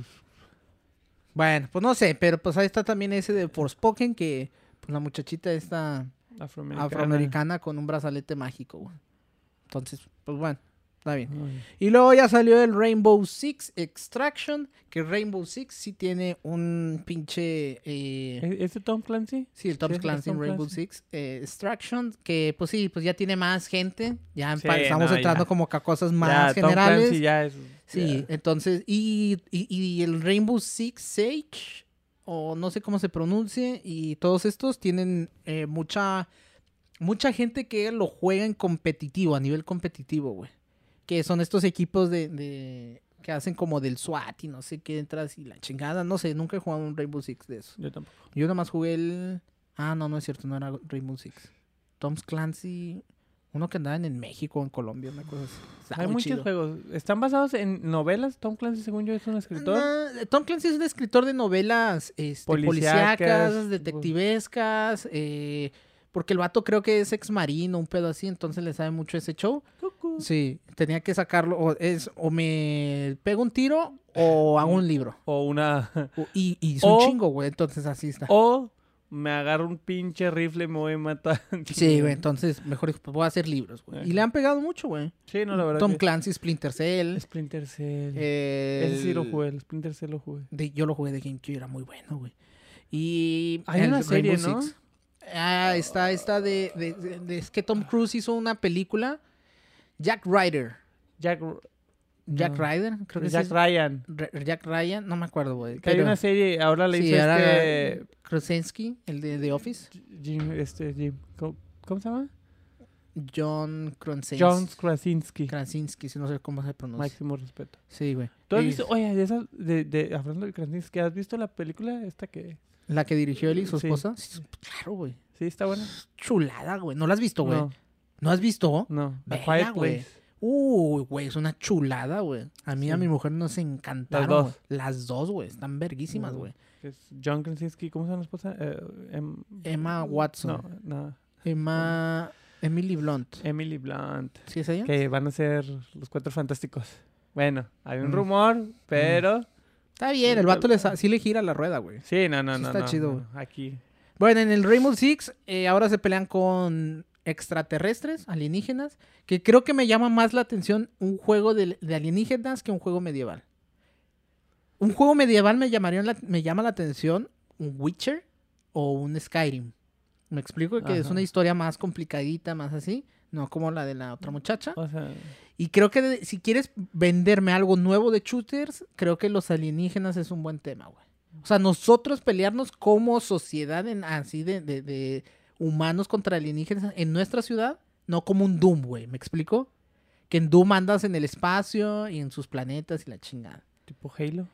Bueno, pues no sé, pero pues ahí está también ese de Forspoken que pues, la muchachita esta Afroamericana. afroamericana con un brazalete mágico, güey. Entonces, pues bueno, está bien. Ay. Y luego ya salió el Rainbow Six Extraction, que Rainbow Six sí tiene un pinche... eh, ¿E- ¿Este Tom Clancy? sí, el Tom sí, es Clancy Tom Rainbow Clancy. Six eh, Extraction, que pues sí, pues ya tiene más gente, ya Sí, empa- estamos no, entrando ya. como que a cosas más Ya, Tom generales. Clancy ya es. Sí, ya. entonces, y, y- y el Rainbow Six Sage, o no sé cómo se pronuncie, y todos estos tienen eh, mucha, mucha gente que lo juega en competitivo, a nivel competitivo, güey. Que son estos equipos de, de- que hacen como del SWAT y no sé qué entras y la chingada, no sé, nunca he jugado un Rainbow Six de esos. Yo tampoco. Yo nomás jugué el... Ah, no, no es cierto, no era Rainbow Six. Tom's Clancy, uno que andaba en México o en Colombia, una cosa así. Está Hay muy muchos chido. juegos. Están basados en novelas. Tom Clancy, según yo, es un escritor. Nah, Tom Clancy es un escritor de novelas este, Policíacas, policíacas, detectivescas, eh, porque el vato creo que es ex marino, un pedo así, entonces le sabe mucho ese show. Cucú. Sí, tenía que sacarlo, o, es, o me pego un tiro o hago un libro. O una. O- y, y es O- un chingo, güey, entonces así está. O me agarro un pinche rifle y me voy a matar. Sí, güey, entonces mejor dijo, pues voy a hacer libros, güey. Y le han pegado mucho, güey. Sí, no, la verdad. Tom que- Clancy, Splinter Cell. eh, Splinter Cell. el- Ese sí lo jugué, el Splinter Cell lo jugué. de- yo lo jugué de GameCube, era muy bueno, güey. Y Hay el una serie, Rainbow ¿no? Six. Ah, está esta de, de- de- de- Es que Tom Cruise hizo una película. Jack Ryder. Jack, R- Jack No. Ryder, creo que sí Mm. Jack es- Ryan. Ra- Jack Ryan, no me acuerdo, güey. Que hay pero- una serie, ahora le sí, hizo era este Krasinski, el de The Office. Jim, este Jim, ¿cómo, cómo se llama? John Krasinski. John Krasinski. Krasinski, si no sé cómo se pronuncia. Máximo respeto. Sí, güey. ¿Tú has Es visto, oye, de esas, de, de, hablando de Krasinski, ¿has visto la película esta que La que dirigió él y su Sí. esposa. Sí, claro, güey. sí está buena? Chulada, güey. ¿No la has visto, güey? No, ¿No has visto? no. The Vela, Quiet güey. Place. Uy, güey, es una chulada, güey. A mí y a Sí. mi mujer nos encantaron. dos. güey. Las dos, güey. Están verguísimas, Ujú. güey. que es John Krasinski, ¿cómo se llama la esposa? Eh, Em- Emma Watson. No, no. Emma. Emily Blunt. Emily Blunt. ¿Sí es ella? Que van a ser los cuatro fantásticos. Bueno, hay un Mm. rumor, pero... Está bien, el vato le sa- sí le gira la rueda, güey. Sí, no, no, Sí no. está no, chido, no. Aquí. Bueno, en el Rainbow Six eh, ahora se pelean con extraterrestres, alienígenas, que creo que me llama más la atención un juego de, de alienígenas que un juego medieval. Un juego medieval me, llamaría la- me llama la atención un Witcher o un Skyrim. Me explico que es Ajá. una historia más complicadita, más así, no como la de la otra muchacha. O sea, Y creo que de- si quieres venderme algo nuevo de shooters, creo que los alienígenas es un buen tema, güey. O sea, nosotros pelearnos como sociedad en, así de, de- de humanos contra alienígenas en nuestra ciudad, no como un Doom, güey. ¿Me explico? Que en Doom andas en el espacio y en sus planetas y la chingada. Tipo Halo.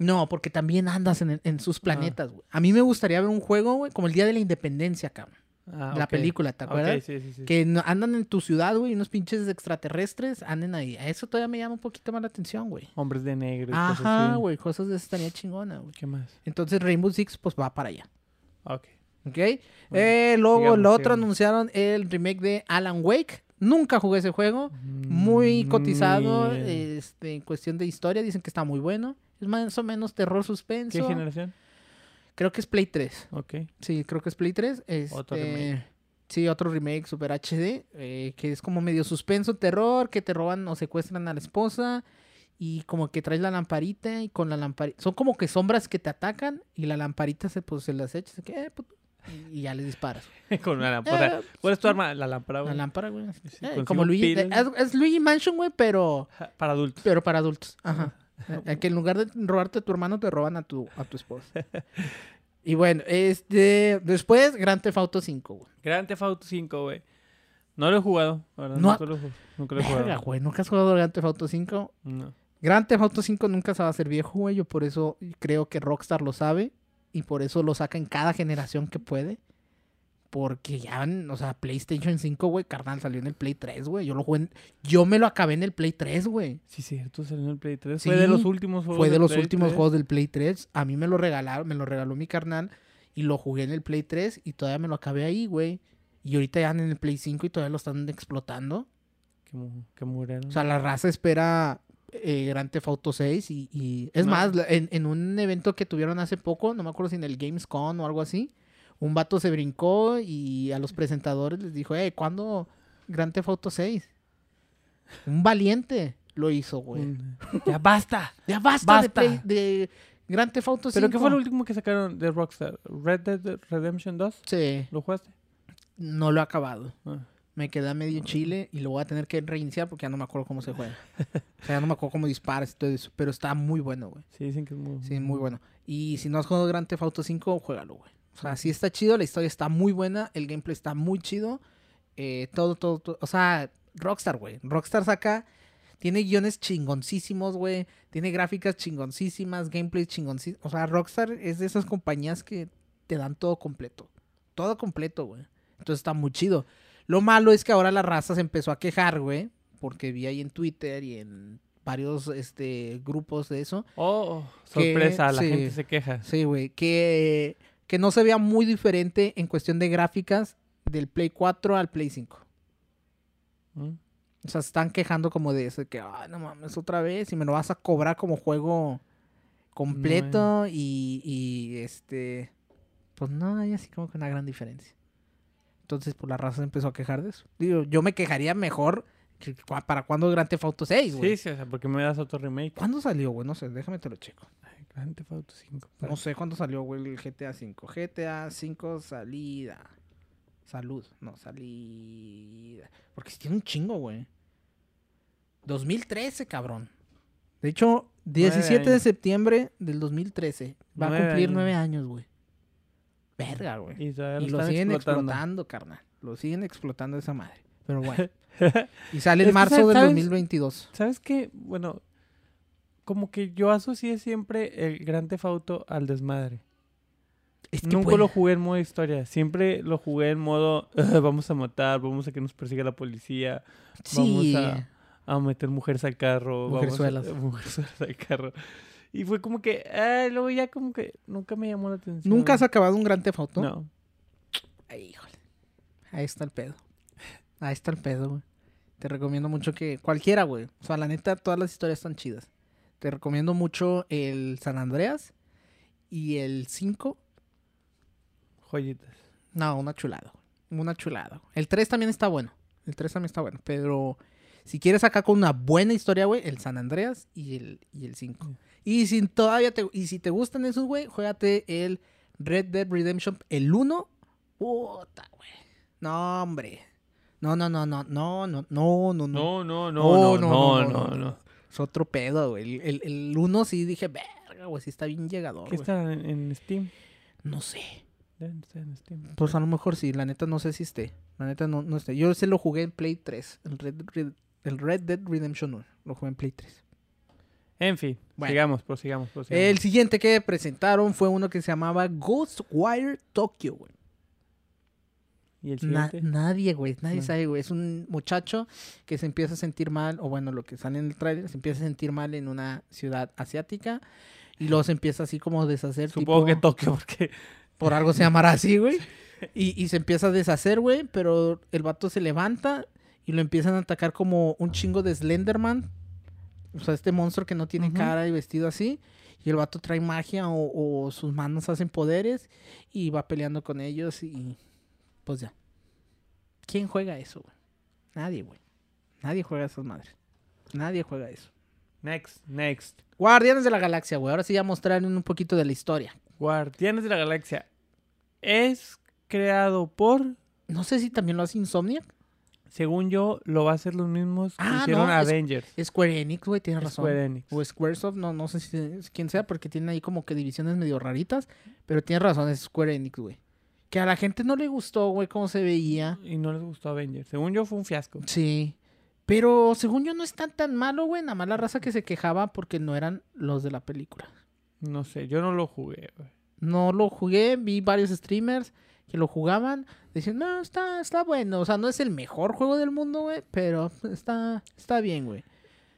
No, porque también andas en, en Ah. sus planetas, güey. A mí me gustaría ver un juego, güey, como el Día de la Independencia, cabrón. Ah, la ok. película, ¿te Ok, acuerdas? sí, sí, sí. Que no- andan en tu ciudad, güey, unos pinches extraterrestres, anden ahí. A Eso todavía me llama un poquito más la atención, güey. Hombres de negro. y cosas Ajá, así. güey, cosas de esas estaría chingona, güey. ¿Qué más? Entonces Rainbow Six, pues va para allá, Ok. ¿ok? Eh, luego, sigamos, lo otro sigamos. anunciaron el remake de Alan Wake. Nunca jugué ese juego. Muy Mm, cotizado ni- este, en cuestión de historia. Dicen que está muy bueno. Es más o menos terror suspenso. ¿Qué generación? Creo que es Play 3. Ok. Sí, creo que es Play 3. Este, Otro remake. Sí, otro remake Super HD, eh, que es como medio suspenso, terror, que te roban o secuestran a la esposa y como que traes la lamparita y con la lamparita... Son como que sombras que te atacan y la lamparita se, pues, se las echas de que, eh, puto, y ya les disparas. Con una lámpara. Eh, ¿Cuál es tu arma? La lámpara, la güey. lámpara, güey. Sí, Eh, consigo como Luigi... pilas. Es, es Luigi Mansion, güey, pero, Ja, Para adultos. pero para adultos. Ah, Ajá. Eh, que en lugar de robarte a tu hermano, te roban a tu, a tu esposa. Y bueno, este... Después, Grand Theft Auto 5, güey. Grand Theft Auto 5, güey. No lo he jugado. la verdad, No ha- nunca lo, he jug- nunca lo he Verga, jugado. güey, nunca has jugado Grand Theft Auto 5. No. Grand Theft Auto 5 nunca se va a hacer viejo, güey. Yo por eso creo que Rockstar lo sabe y por eso lo saca en cada generación que puede. Porque ya, en- o sea, PlayStation 5, güey, carnal, salió en el Play 3, güey. Yo lo jugué en- yo me lo acabé en el Play 3, güey. Sí, cierto, salió en el Play 3. Sí, fue de los últimos juegos. Fue de del los Play últimos 3. juegos del Play 3. A mí me lo regalaron, me lo regaló mi carnal y lo jugué en el Play 3 y todavía me lo acabé ahí, güey. Y ahorita ya en el Play 5 y todavía lo están explotando. Que, mu- que murieron. O sea, la raza espera eh, Grand Theft Auto 6 y, y- es No. más, la- en, en un evento que tuvieron hace poco, no me acuerdo si en el Gamescom o algo así, un vato se brincó y a los presentadores les dijo, eh, ¿cuándo Grand Theft Auto 6? Un valiente lo hizo, güey. Un- ya basta. Ya basta, Mm. Basta. De, play- de Grand Theft Auto 5. ¿Pero qué fue lo último que sacaron de Rockstar? ¿Red Dead Redemption 2? Sí, ¿Lo jugaste? no lo he acabado. Ah. Me quedé a medio chile y lo voy a tener que reiniciar porque ya no me acuerdo cómo se juega. o sea, ya no me acuerdo cómo disparas y todo eso, pero está muy bueno, güey. Sí, dicen que es muy. Sí, muy bueno. Y si no has jugado Grand Theft Auto 5, juégalo, güey. O sea, sí está chido, la historia está muy buena, el gameplay está muy chido. eh, todo, todo, todo. O sea, Rockstar, güey. Rockstar saca. Tiene guiones chingoncísimos, güey. Tiene gráficas chingoncísimas, gameplay chingoncísimos. O sea, Rockstar es de esas compañías que te dan todo completo. Todo completo, güey. Entonces está muy chido. Lo malo es que ahora la raza se empezó a quejar, güey. Porque vi ahí en Twitter y en varios este, grupos de eso. Oh, oh, Que- sorpresa, la sí. gente se queja. Sí, güey. Que, que no se vea muy diferente en cuestión de gráficas del Play 4 al Play 5. ¿Mm? O sea, se están quejando como de eso, de que, ah, no mames, otra vez, y me lo vas a cobrar como juego completo y, y, este, pues no, hay así como que una gran diferencia. Entonces, pues la raza se empezó a quejar de eso. Digo, yo me quejaría mejor que cua- para cuando Grand Theft Auto 6, güey. Sí, sí, o sea, porque me das otro remake. ¿Cuándo salió, güey? No sé, déjame te lo checo. Ay, Grand Theft Auto 5. No sé cuándo salió, güey, el GTA V. GTA V salida. Salud, no, salida. Porque sí tiene un chingo, güey. 2013, cabrón. De hecho, 17 de años. septiembre del 2013. Va a Nueve cumplir años. nueve años, güey. Verga, güey. Y, todavía Y lo están siguen explotando. explotando. carnal. Lo siguen explotando esa madre. Pero bueno. y sale Es en que, marzo ¿sabes- del sabes? 2022. ¿Sabes qué? Bueno, como que yo asocié siempre el Grand Theft Auto al desmadre. Es que, Nunca pues, lo jugué en modo historia. Siempre lo jugué en modo "Ugh, vamos a matar, vamos a que nos persiga la policía, Sí. vamos a meter mujeres al carro, Mujerzuelas. vamos a, mujerzuelas al carro. Y fue como que, ah, luego ya como que nunca me llamó la atención. ¿Nunca has acabado un gran tefoto? No. Ay, híjole. Ahí está el pedo. Ahí está el pedo, güey. Te recomiendo mucho que. Cualquiera, güey. O sea, la neta, todas las historias están chidas. Te recomiendo mucho el San Andreas y el 5. Joyitas. No, una chulada. güey. Una chulada. güey. El 3 también está bueno. El 3 también está bueno. Pero si quieres acá con una buena historia, güey, el San Andreas y el, y el 5. Y si todavía te, y si te gustan esos, güey, juégate el Red Dead Redemption, el 1. Puta, güey. No, hombre. No, no, no, no, no, no, no, no, no. No, no, no, No, no, Oh, no, no, no, no, no, no. Es otro pedo, güey. El, el, el uno sí dije, verga, güey, sí está bien llegador, ¿Qué güey". está en, en Steam? No sé. Ya no está en Steam. Pues a lo mejor sí, la neta no sé si esté. La neta no, no esté. Yo se lo jugué en Play 3. El Red, Red- el Red Dead Redemption 1. Lo jugué en Play 3. En fin, Bueno. sigamos, prosigamos, prosigamos. El siguiente que presentaron fue uno que se llamaba Ghostwire Tokyo, güey. ¿Y el Na- siguiente? nadie, güey, nadie No. sabe, güey. Es un muchacho que se empieza a sentir mal, o bueno, lo que sale en el tráiler, se empieza a sentir mal en una ciudad asiática y luego se empieza así como a deshacer. Supongo que tipo- Tokio, porque por algo se llamará así, güey. Y, y se empieza a deshacer, güey, pero el vato se levanta y lo empiezan a atacar como un chingo de Slenderman. O sea, este monstruo que no tiene Ujú. cara y vestido así. Y el vato trae magia o, o sus manos hacen poderes y va peleando con ellos y pues ya. ¿Quién juega eso, güey? Nadie, güey. Nadie juega esas madres. Nadie juega eso. Next, next. Guardianes de la Galaxia, güey. Ahora sí ya mostraron un poquito de la historia. Guardianes de la Galaxia. Es creado por, No sé si también lo hace Insomniac. según yo, lo va a hacer los mismos que Ah, hicieron no, es- Avengers. Square Enix, güey, tienes razón. Square Enix. O Squaresoft, no, no sé si es quién sea, porque tiene ahí como que divisiones medio raritas. Pero tienes razón, es Square Enix, güey. Que a la gente no le gustó, güey, cómo se veía. Y no les gustó Avengers. Según yo, fue un fiasco. Sí. Pero según yo no es tan tan malo, güey. Nada más la raza que se quejaba porque no eran los de la película. No sé, yo no lo jugué. güey. No lo jugué, vi varios streamers que lo jugaban. Decían, no, está, está bueno. O sea, no es el mejor juego del mundo, güey. Pero está, está bien, güey.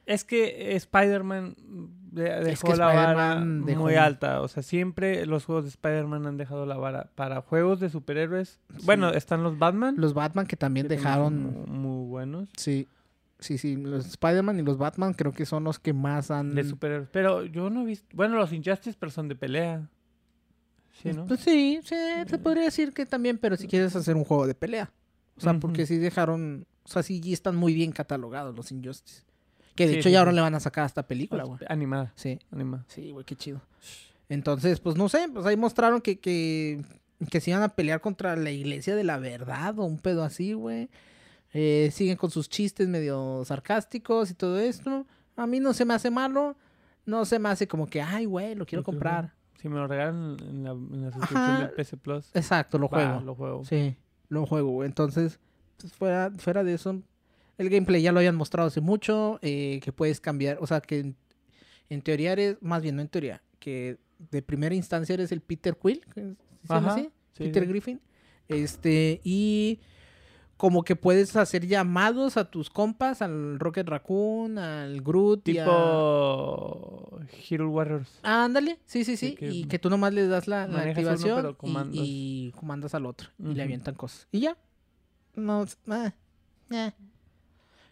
Es que Spider-Man mm, de- dejó que la vara Spider-Man dejó muy un- alta. O sea, siempre los juegos de Spider-Man han dejado la vara. Para juegos de superhéroes, bueno, están los Batman. Los Batman que también que también son dejaron... mu- Muy buenos. Sí, sí, sí. Los Spider-Man y los Batman creo que son los que más han. De superhéroes. Pero yo no he visto. Bueno, los Injustice, pero son de pelea. Sí, ¿no? Pues sí, sí, se podría decir que también, pero si quieres hacer un juego de pelea. O sea, porque Ujú. sí dejaron. O sea, sí están muy bien catalogados los Injustice. Que de Sí, hecho sí, ya ahora sí. le van a sacar hasta película, güey. Animada, Sí, animada. sí, güey, qué chido. Entonces, pues no sé, pues ahí mostraron que, que, que se iban a pelear contra la iglesia de la verdad o un pedo así, güey. Eh, siguen con sus chistes medio sarcásticos y todo esto. A mí no se me hace malo. No se me hace como que, ay, güey, lo quiero Lo quiero comprar. Si me lo regalan en la, en la Ajá. suscripción del PC Plus, Exacto, lo va, juego. lo juego. Sí, lo juego. güey. Entonces, pues, fuera, fuera de eso, el gameplay ya lo habían mostrado hace mucho, eh, que puedes cambiar, o sea, que en, en teoría eres, más bien no en teoría, que de primera instancia eres el Peter Quill, que es- ¿se llama Ajá, así? sí, Peter sí. Griffin. Este, y como que puedes hacer llamados a tus compas, al Rocket Raccoon, al Groot y a- Tipo Hero Warriors. Ándale, sí, sí, sí. que y que tú nomás les das la, la manejas uno, activación pero y- comandos. Y, comandas al otro y le Ujú. avientan cosas. Y ya. No, es- ah, eh.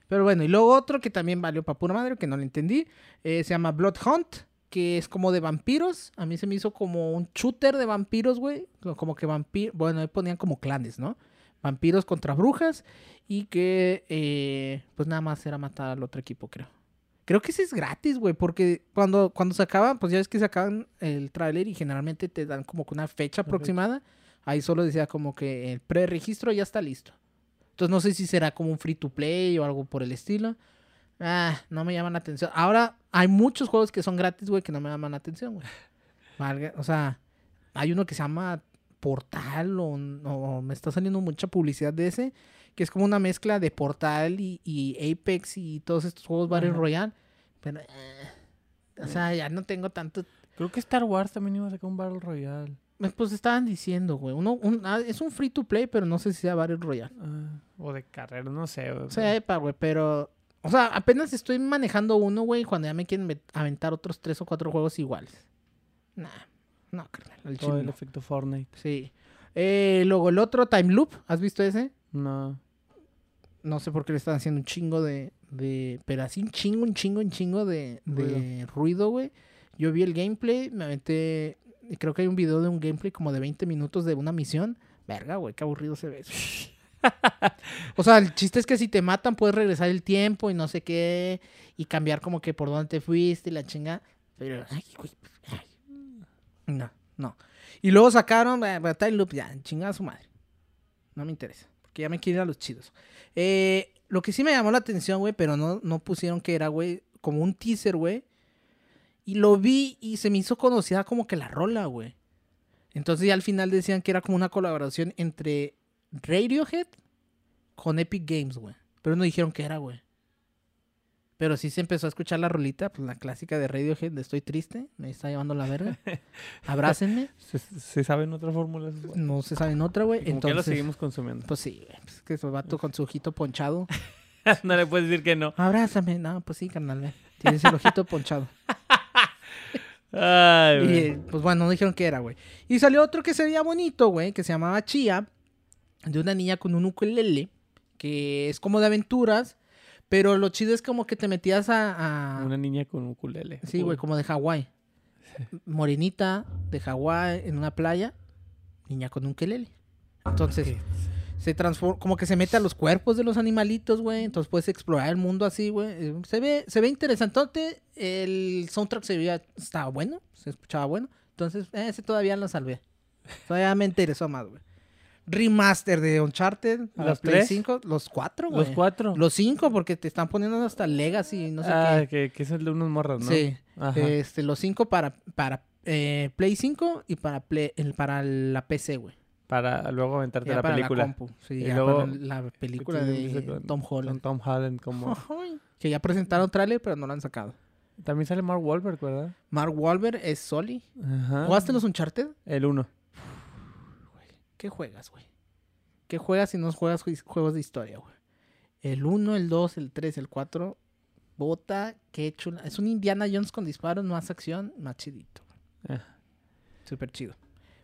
Pero bueno, y luego otro que también valió para pura madre, que no lo entendí, eh, se llama Blood Hunt, que es como de vampiros. A mí se me hizo como un shooter de vampiros, güey. co- Como que vampiros, bueno, ahí ponían como clanes, ¿no? Vampiros contra brujas y que eh, pues nada más era matar al otro equipo, creo. Creo que ese es gratis, güey, porque cuando, cuando se acaban, pues ya ves que se acaban el tráiler y generalmente te dan como que una fecha fecha. aproximada. Ahí solo decía como que el preregistro ya está listo. Entonces no sé si será como un free to play o algo por el estilo. Ah, no me llaman la atención. Ahora hay muchos juegos que son gratis, güey, que no me llaman la atención, güey. Valga- o sea, hay uno que se llama Portal o, o me está saliendo mucha publicidad de ese, que es como una mezcla de Portal y, y Apex y todos estos juegos Battle Ajá. Royale. Pero, eh, o sea, ya no tengo tanto... Creo que Star Wars también iba a sacar un Battle Royale. Eh, Pues estaban diciendo, güey, uno, un- ah, es un free to play, pero no sé si sea Battle Royale. Ah, o de carrera, no sé. güey, O sea, epa, güey, pero... O sea, apenas estoy manejando uno, güey, cuando ya me quieren met- aventar otros tres o cuatro juegos iguales. Nah, no, carnal, al Todo chile el no. efecto Fortnite. Sí. Eh, luego el otro, Time Loop, ¿has visto ese? No. No sé por qué le están haciendo un chingo de. de pero así un chingo, un chingo, un chingo de, de ruido, güey. Yo vi el gameplay, me aventé. y Creo que hay un video de un gameplay como de 20 minutos de una misión. Verga, güey, qué aburrido se ve eso. o sea, el chiste es que si te matan puedes regresar el tiempo y no sé qué. Y cambiar como que por dónde te fuiste y la chinga. Pero, ay, güey. ay. No, no. Y luego sacaron eh, Time Loop, ya, chingada su madre. No me interesa. Porque porque ya me quiero ir a los chidos. Eh, lo que sí me llamó la atención, güey, pero no, no pusieron que era, güey, como un teaser, güey. Y lo vi y se me hizo conocida como que la rola, güey. Entonces ya al final decían que era como una colaboración entre Radiohead con Epic Games, güey. Pero no dijeron qué era, güey. Pero sí se empezó a escuchar la rolita, pues la clásica de Radiohead, de Estoy Triste, me está llevando la verga. Abrácenme. ¿Se, se saben otra fórmula? esos güeyes? No se sabe en otra, güey. ¿Y ¿Con qué lo Entonces, seguimos consumiendo? pues sí, güey. Pues, que su vato con su ojito ponchado. no le puedes decir que no. Abrázame. No, pues sí, carnal, güey. Tienes el ojito ponchado. Ay, Y, güey. eh, pues bueno, no dijeron qué era, güey. Y salió otro que se veía bonito, güey, que se llamaba Chia, de una niña con un ukulele, que es como de aventuras, pero lo chido es como que te metías a... a- Una niña con un ukulele. ah. Sí, güey, como de Hawái. Morenita, de Hawái, en una playa, niña con un ukulele. Entonces, se transforma, como que se mete a los cuerpos de los animalitos, güey. Entonces puedes explorar el mundo así, güey. Eh, Se ve, se ve interesantote. El soundtrack se veía, estaba bueno, se escuchaba bueno. Entonces, eh, ese todavía lo salvé. Todavía me interesó más, güey. Remaster de Uncharted, ¿Los los Play tres? 5, los cuatro, güey. Los cuatro. Los cinco, porque te están poniendo hasta Legacy y no sé ah, qué. que, que es el de unos morros, ¿no? Sí. Ajá. Este, los cinco para, para eh, Play 5 y para, Play- el, para la PC, güey. Para luego aventarte Ya la para película. la compu. Sí, Y ya luego- para la película de Con- Tom Con Holland. Tom Holland como... Ay, Que ya presentaron tráiler, pero no lo han sacado. También sale Mark Wahlberg, ¿verdad? Mark Wahlberg es Soli. Ajá. ¿Jugaste los Uncharted? El uno. ¿Qué juegas, güey? ¿Qué juegas si no juegas juis- juegos de historia, güey? El 1, el 2, el 3, el 4. Bota, qué chula. Es un Indiana Jones con disparos, más acción, más chidito. güey. Ah. Súper chido.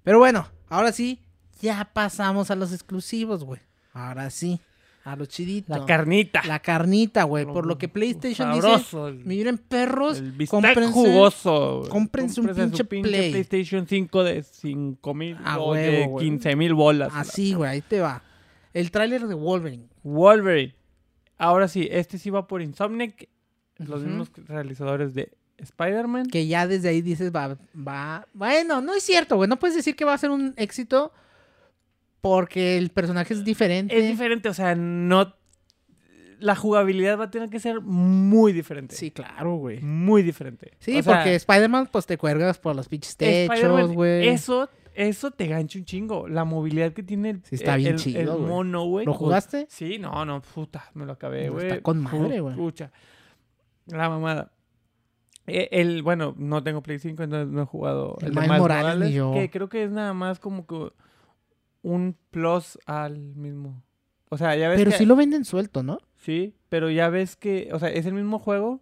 Pero bueno, ahora sí, ya pasamos a los exclusivos, güey. Ahora sí, a los chiditos. La carnita. La carnita, güey. Por lo que PlayStation dice, Sabroso, el- miren perros, El bistec Pues, cómprense- jugoso. güey. cómprense un Cómprese su pinche Play. PlayStation 5 de 5 mil A o huevo, de güey. 15 mil bolas. Así, güey, ahí te va. El tráiler de Wolverine. Wolverine. Ahora sí, este sí va por Insomniac. Los Ujú. mismos realizadores de Spider-Man. Que ya desde ahí dices, va, va. Bueno, no es cierto, güey. No puedes decir que va a ser un éxito porque el personaje es diferente. Es diferente, o sea, no. La jugabilidad va a tener que ser muy diferente. Sí, claro, güey. Muy diferente. Sí, O sea, porque Spider-Man, pues te cuelgas por los pinches techos, Spider-Man, güey. Eso, eso te gancha un chingo. La movilidad que tiene el, Sí, está bien el- chido, el güey. mono, güey. ¿Lo jugaste? Sí, no, no, puta, me lo acabé, No, güey. está con madre, Pu- güey. Pucha. La mamada. E- El, bueno, no tengo Play 5, entonces no he jugado El de Miles Miles Morales, ni yo. Que creo que es nada más como que un plus al mismo. O sea, ya ves Pero que... sí lo venden suelto, ¿no? Sí, pero ya ves que, o sea, es el mismo juego,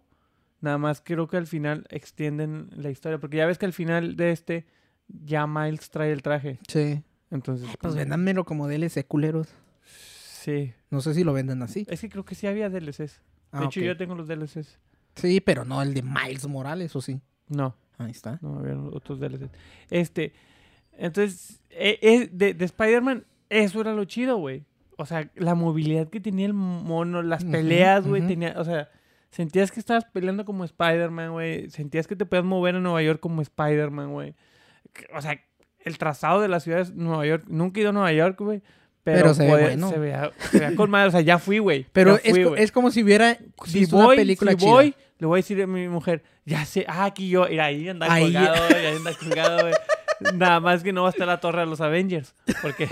nada más creo que al final extienden la historia, porque ya ves que al final de este ya Miles trae el traje, Sí. entonces... Pues como- véndanmelo como DLC, culeros. Sí, No sé si lo venden así. es que creo que sí había DLCs. De Ah, hecho, ok. yo tengo los DLCs. Sí, pero no el de Miles Morales, ¿o sí? No, Ahí está. no había otros DLCs. Este, entonces, eh, eh, de, de Spider-Man, eso era lo chido, güey. O sea, la movilidad que tenía el mono, las Ujú, peleas, güey, ujú. tenía, o sea, sentías que estabas peleando como Spider-Man, güey, sentías que te podías mover a Nueva York como Spider-Man, güey. Que- O sea, el trazado de la ciudad de Nueva York, nunca he ido a Nueva York, güey, pero, Pero se ve podía- bueno. se veía, se veía con madre, o sea, ya fui, güey. Pero ya fui, es, co- güey es como si hubiera si visto voy, una película si chida. voy, le voy a decir a mi mujer, ya sé, ah, aquí yo, mira, ahí anda Ahí. colgado, güey, ahí anda colgado, güey. Nada más que no va a estar la torre de los Avengers, porque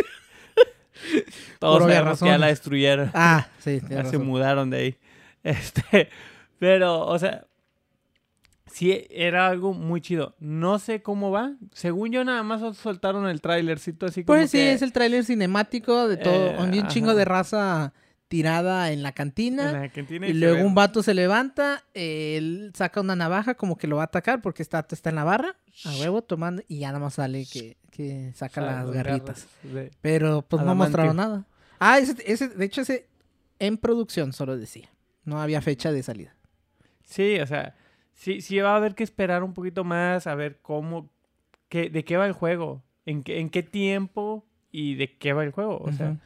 todos Por obvias sabemos que ya la razones. destruyeron, Ah, ya sí, tienes se razón. mudaron de ahí. Este, pero, o sea, sí era algo muy chido. No sé cómo va, según yo nada más soltaron el trailercito así como Pues sí, que es el tráiler cinemático de todo. Eh, Hay un chingo ajá. de raza tirada en la en cantina. la Argentina Y se luego ve- un vato se levanta, él saca una navaja como que lo va a atacar porque está, está en la barra, a huevo, tomando, y ya nada más sale que, que saca o sea, las los garritas. garras de- Pero pues no Adamantio. mostraron nada. Ah, ese, ese- de hecho ese en producción solo decía. No había fecha de salida. Sí, o sea, sí, sí va a haber que esperar un poquito más, a ver cómo, qué, de qué va el juego, en qué, en qué tiempo y de qué va el juego. O sea, Ujú.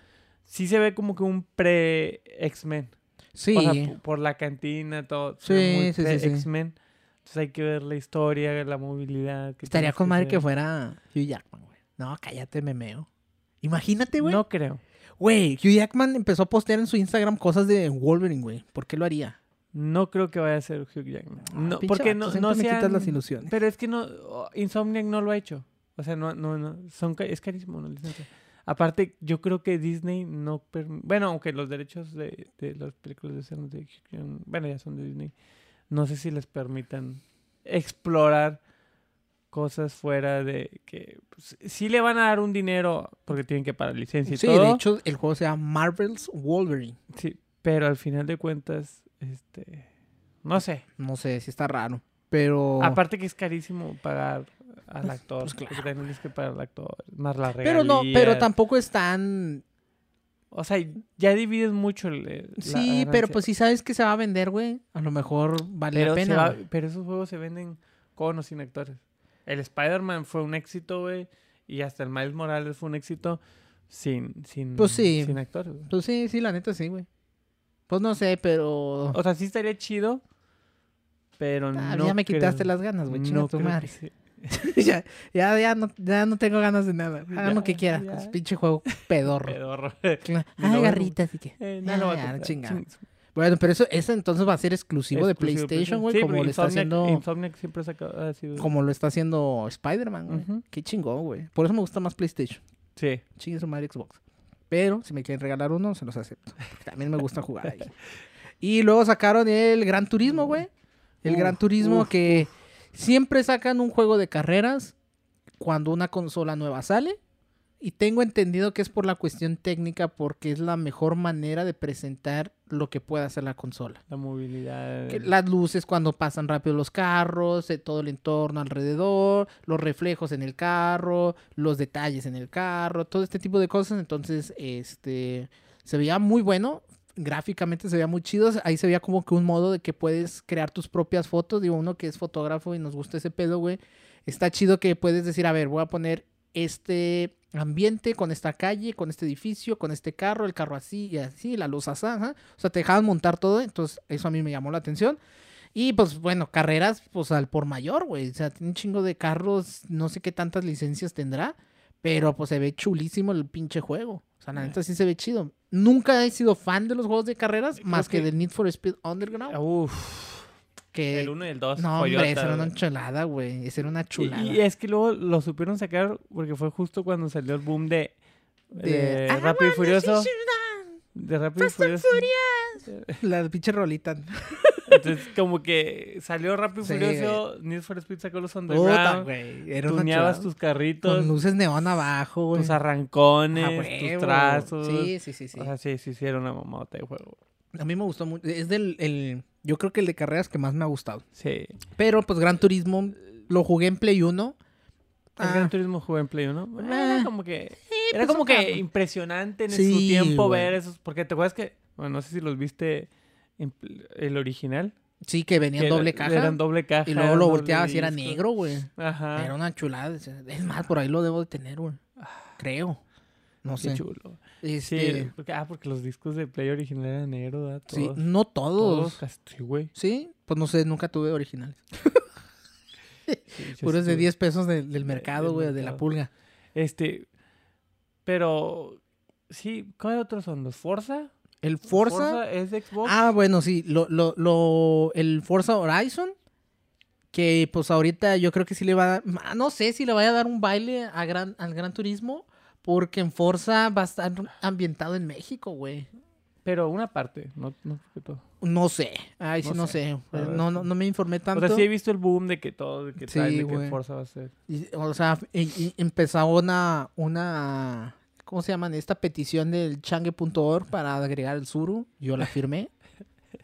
sí se ve como que un pre-X-Men. sí. O sea, p- por la cantina, todo. se Sí, ve muy sí, sí, sí. Pre-X-Men. Entonces hay que ver la historia, la movilidad. que Estaría tienes con madre que hacer. fuera Hugh Jackman, güey. No, cállate, memeo. Imagínate, güey. No creo. Güey, Hugh Jackman empezó a postear en su Instagram cosas de Wolverine, güey. ¿Por qué lo haría? No creo que vaya a ser Hugh Jackman. No, Ah, Pinche porque vato, no, siempre no me se quitas han- las ilusiones. Pero es que no, oh, Insomniac no lo ha hecho. O sea, no, no, no, son, ca- es carísimo una licencia. Aparte, yo creo que Disney no perm- Bueno, aunque los derechos de, de las películas de Sam de Hugh Jackman- bueno, ya son de Disney. No sé si les permitan explorar cosas fuera de que... pues, sí le van a dar un dinero porque tienen que pagar licencia y Sí, todo. de hecho, el juego se llama Marvel's Wolverine. Sí, pero al final de cuentas, este... No sé. No sé si está raro. Pero. Aparte que es carísimo pagar al actor. pues claro. porque también tienes que pagar al actor. Más la regalías. pero no, pero tampoco es tan. O sea, ya divides mucho el- el- la Sí, pero ganancia. pues si sabes que se va a vender, güey. A lo mejor vale Pero, la se pena. va- güey. pero esos juegos se venden con o sin actores. El Spider-Man fue un éxito, güey. Y hasta el Miles Morales fue un éxito sin, sin, Pues sí. sin actores. güey. Pues sí, sí, la neta sí, güey. Pues no sé, pero. O sea, sí estaría chido, pero Ah, no ya me quitaste creo- las ganas, güey. no Chinga tu creo que madre. sí. ya, ya, ya, no, ya no tengo ganas de nada. Hagan lo que Ya, quieran. ya. Es pinche juego pedorro. Pedorro. Cla- Ni lo voy Ah, a garritas y que. Eh, no lo Ya, voy a ya, comprar. chinga. Ching- Bueno, pero eso, ese entonces va a ser exclusivo, de exclusivo de PlayStation, güey. Sí, como porque lo está Insomniac- haciendo. Insomniac siempre ha sacado- ha sido- Como lo está haciendo Spider-Man, güey. Ujú. Qué chingón, güey. Por eso me gusta más PlayStation. Sí. Chingue su madre Xbox. Pero si me quieren regalar uno, se los acepto. porque También me gusta jugar ahí. Y luego sacaron el Gran Turismo, güey. El Uf, Gran Turismo uf, que siempre sacan un juego de carreras cuando una consola nueva sale. Y tengo entendido que es por la cuestión técnica, porque es la mejor manera de presentar lo que pueda hacer la consola. La movilidad. Que el- Las luces cuando pasan rápido los carros, eh, todo el entorno alrededor, los reflejos en el carro, los detalles en el carro, todo este tipo de cosas. Entonces, este se veía muy bueno. Gráficamente se veía muy chido. Ahí se veía como que un modo de que puedes crear tus propias fotos. Digo, uno que es fotógrafo y nos gusta ese pedo, güey. Está chido que puedes decir, a ver, voy a poner este ambiente con esta calle, con este edificio, con este carro, el carro así y así, la luz así, ajá. O sea, te dejaban montar todo, entonces eso a mí me llamó la atención. Y pues bueno, carreras pues al por mayor, güey. O sea, tiene un chingo de carros, no sé qué tantas licencias tendrá, pero pues se ve chulísimo el pinche juego. O sea, la neta sí se ve chido. Nunca he sido fan de los juegos de carreras, más que, que- del Need for Speed Underground. Uf. Que... El 1 y el 2. Eh, No, hombre, esa era una chulada, güey. Esa era una chulada. Y, este, es que luego lo supieron sacar porque fue justo cuando salió el boom de. De, De- Ah, I Rápido y Furioso. shoot De Rápido y Furioso. La pinche rolita. Pues, Entonces, como que salió Rápido y Sí, Furioso. Need for Speed sacó los Puta, Underground. güey. Era una Tuneabas chulada. tus Con carritos, luces neón abajo, güey. tus arrancones, Ah, tus huevo. trazos. Sí, sí, sí, sí. O sea, sí, sí hicieron una mamota de juego. A mí me gustó mucho. Es del, el, yo creo que el de carreras que más me ha gustado. Sí. Pero pues Gran Turismo lo jugué en Play 1. El Ah. Gran Turismo jugó en Play 1. Era Ah. como que, era pues, como un que carro. impresionante en su Sí, tiempo güey. ver esos. Porque te acuerdas que, bueno, no sé si los viste en pl- el original. Sí, que venía que en doble era- caja. Eran doble caja. y luego eran lo doble volteabas y era disco. Ah. negro, güey. Ajá. Era una chulada. o sea, Es más, por ahí lo debo de tener, güey. Creo. No Qué sé. chulo. Sí, Este, porque- ah, porque los discos de Play original eran negro, ¿verdad? sí, Todos, no todos. todos. casi, Sí, güey. Sí, pues no sé, nunca tuve originales. Sí, yo sí Puros de tuve. 10 pesos del- del del mercado, güey, de la mercado. pulga. Este, pero, sí, ¿cuáles otros son? ¿Los Forza? El Forza. es de Xbox. Ah, bueno, sí. Lo, lo, lo, el Forza Horizon. Que pues ahorita yo creo que sí le va a dar. ah, No sé si le vaya a dar un baile a gran, al Gran Turismo. Porque en Forza va a estar ambientado en México, güey. Pero una parte, no, no fue todo. No sé. Ay, sí, No no, sé. La verdad No, es no, que- no me informé tanto. O sea, sí he visto el boom de que todo, de que Sí, traen, de que güey. Forza va a ser. Y- O sea, y- y empezó una, una, ¿cómo se llaman? Esta petición del changue.org para agregar el suru. Yo la firmé.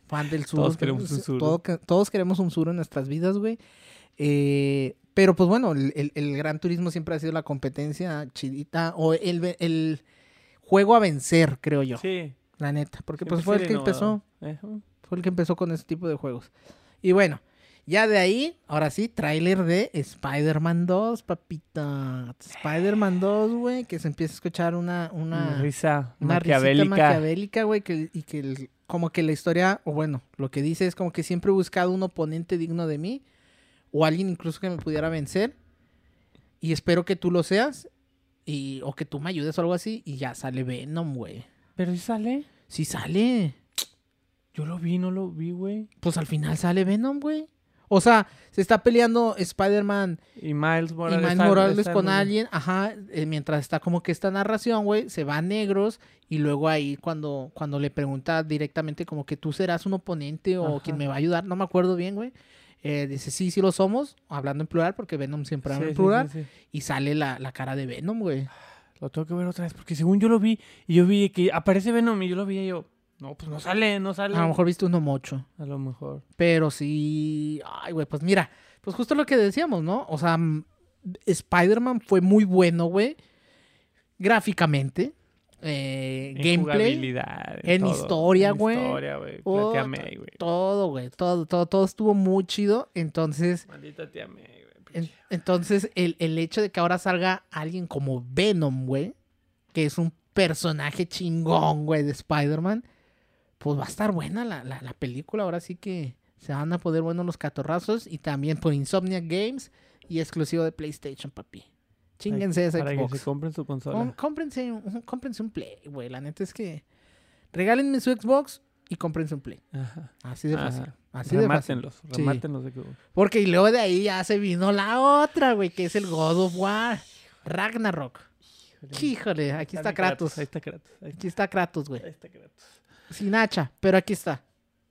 Fan del suru. Todos queremos un suru. Todo que- todos queremos un suru en nuestras vidas, güey. Eh, pero pues bueno, el, el- el Gran Turismo siempre ha sido la competencia chidita o el, ve- el juego a vencer, creo yo. Sí. La neta. Porque siempre pues fue el ser que empezó innovador. Ajá. fue el que empezó con este tipo de juegos. Y bueno, ya de ahí, ahora sí, tráiler de Spider-Man 2, papita. Spider-Man 2, güey, que se empieza a escuchar una, Una una, risa una risita maquiavélica. maquiavélica, güey, que, y que el- como que la historia, o bueno, lo que dice es como que siempre he buscado un oponente digno de mí, o alguien incluso que me pudiera vencer, y espero que tú lo seas, y, o que tú me ayudes o algo así y ya sale Venom, güey. Pero si sale. Sí sale. Yo lo vi, no lo vi, güey. Pues al final sale Venom, güey. O sea, se está peleando Spider-Man Y Miles y Morales. Miles sale- Morales sale- con alguien, ajá, eh, mientras está como que esta narración, güey, se va a negros y luego ahí cuando, cuando le pregunta directamente como que tú serás un oponente o Ajá. quien me va a ayudar, no me acuerdo bien, güey. eh, dice, sí, sí lo somos, hablando en plural, porque Venom siempre Sí, habla sí, en plural, sí, sí. y sale la, la cara de Venom, güey. Lo tengo que ver otra vez porque según yo lo vi y yo vi que aparece Venom y yo lo vi y yo. No, pues no sale, no sale. A lo mejor viste uno mocho. A lo mejor. Pero sí. Ay, güey, pues mira, pues justo lo que decíamos, ¿no? O sea, mm, Spider-Man fue muy bueno, güey. Gráficamente. eh, En gameplay. jugabilidad, en todo. historia, En güey. historia, güey. Oh, La tía May, güey. Todo, güey. Todo, todo, todo estuvo muy chido. Entonces. Maldita tía May, güey. en- entonces, el, el hecho de que ahora salga alguien como Venom, güey. Que es un personaje chingón, güey, de Spider-Man. Pues va a estar buena la, la- la película. Ahora sí que se van a poder buenos los catorrazos. Y también por Insomniac Games. Y exclusivo de PlayStation, papi. Chinguense esa Para que Xbox. se compren su consola. Com- cómprense, un, un- cómprense un Play, güey. La neta es que. Regálenme su Xbox y cómprense un Play. Ajá. Así de fácil. Ajá. Así de fácil. Remátenlos. Sí. Remátenlos. de que- Porque y luego de ahí ya se vino la otra, güey, que es el God of War. Ragnarok. Híjole, aquí está Kratos. Ahí está Kratos. Ahí Aquí está Kratos, güey. ahí está Kratos. Sin hacha, pero aquí está.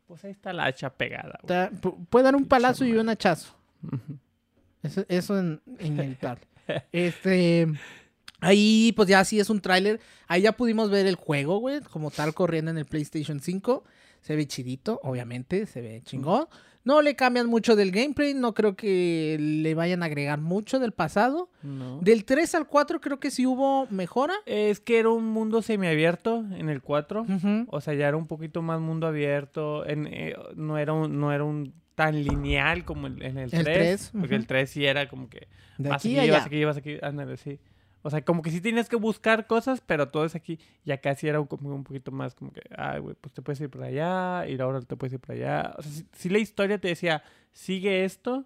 Pues ahí está la hacha pegada, güey. Ta- pu- Puede dar un Pinche palazo y un madre. hachazo. Ujú. Eso, eso en- inevitable. Este. Ahí, pues ya sí es un tráiler. Ahí ya pudimos ver el juego, güey, como tal corriendo en el PlayStation 5. Se ve chidito, obviamente, se ve chingón. No le cambian mucho del gameplay, no creo que le vayan a agregar mucho del pasado. No. Del 3 al 4 creo que sí hubo mejora. Es que era un mundo semiabierto en el 4. O sea, ya era un poquito más mundo abierto. en, eh, no era un, no era un tan lineal como el- en el 3. El tres, Porque ujú. el 3 sí era como que De vas aquí aquí, a vas allá. aquí, vas aquí, ándale, sí. O sea, como que sí tienes que buscar cosas, pero todo es aquí. Y acá sí era un- como un poquito más como que, ay, güey, pues te puedes ir para allá, y ahora te puedes ir para allá. O sea, sí, sí la historia te decía, sigue esto,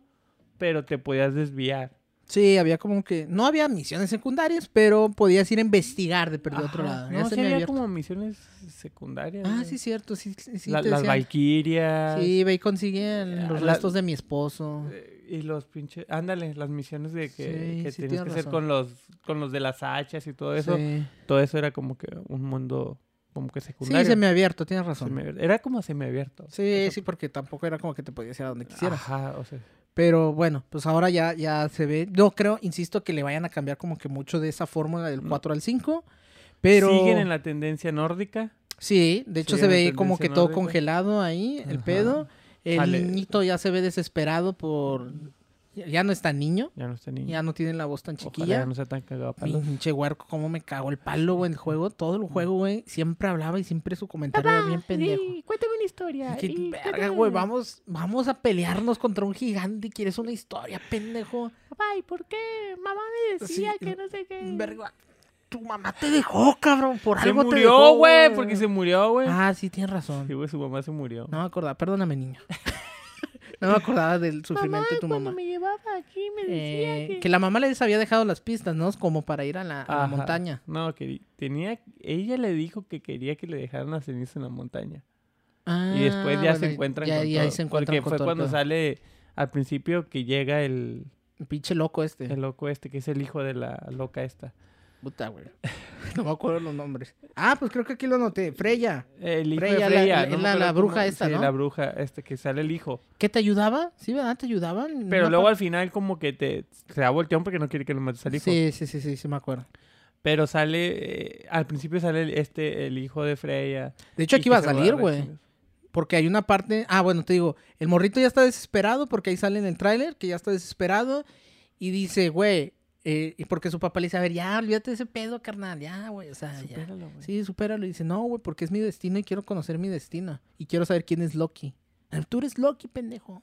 pero te podías desviar. Sí, había como que... No había misiones secundarias, pero podías ir a investigar de, perdido otro Ajá. lado. Ya No, sí se me había abierto. como misiones secundarias. Ah, güey. sí, cierto. Sí, sí, La- te las decían, valquirias. Sí, ve y consigue Ah, los la- restos de mi esposo. Eh, Y los pinches, ándale, las misiones de que, Sí, que sí, tienes tienes que hacer razón. con los, con los de las hachas y todo eso. Sí. Todo eso era como que un mundo como que Sí, secundario. se me ha abierto, tienes razón. Semiabierto. Era como semiabierto. Sí, sí, porque tampoco era como que te podías ir a Ah. donde quisieras. Ajá, o sea, Pero bueno, pues ahora ya, ya se ve. Yo creo, insisto, que le vayan a cambiar como que mucho de esa fórmula del Mm. 4 al 5. Pero... siguen en la tendencia nórdica. Sí, de hecho Sí, se una ve como tendencia que todo nórdica. congelado ahí, el Ajá. pedo. El Sale- niñito ya se ve desesperado por... ya- Ya no está niño, Ya no está niño. ya no tiene la voz tan Ojalá ya chiquilla. no sea tan cagado a palos. Pinche huerco, cómo me cagó el palo, güey, el juego. Todo el juego, güey, siempre hablaba y siempre su comentario era bien pendejo. cuéntame una historia. Y que, verga, güey, vamos, vamos a pelearnos contra un gigante y quieres una historia, pendejo. Papá, ¿y por qué? Mamá me decía Sí, que no sé qué. Verga, tu mamá te dejó, cabrón, por Se algo te murió, dejó, güey, porque se murió, güey. Ah, sí, tienes razón. Sí, güey, su mamá se murió. No me acordaba, perdóname, niño. no me acordaba del sufrimiento de tu mamá. llevaba aquí me Eh, que... la mamá les había dejado las pistas, ¿no? Como para ir a la, a la Ajá. montaña. No, que tenía... Ella le dijo que quería que le dejaran las cenizas en la montaña. y después Ah, ya se bueno, encuentran ya, con ya todo. se encuentran Porque con fue todo el cuando pedo. sale... Al principio que llega el, El pinche loco este. el loco este, que es el hijo de la loca esta. Puta, güey. No me acuerdo los nombres. Ah, pues creo que aquí lo anoté. Freya. El hijo Freya, de la- Freya. la- no me la- acuerdo la bruja cómo- esta, sí, ¿no? la bruja este, que sale el hijo. ¿Qué te ayudaba? Sí, ¿verdad? ¿Te ayudaban? Pero luego al final como que te, se da volteón porque no quiere que lo mates al hijo. Sí, sí, sí, sí, sí, me acuerdo. Pero sale... eh, al principio sale el- este, el hijo de Freya. De hecho, y aquí iba a que se va salir, la güey. chingada. Porque hay una parte. Ah, bueno, te digo. El morrito ya está desesperado porque ahí sale en el tráiler que ya está desesperado. Y dice, güey. eh, y porque su papá le dice, a ver, ya, olvídate de ese pedo, carnal. Ya, güey. O sea, Ah, ya. Supéralo, güey. Sí, supéralo. Y dice, no, güey, porque es mi destino y quiero conocer mi destino. Y quiero saber quién es Loki. "Ah, Tú eres Loki, pendejo.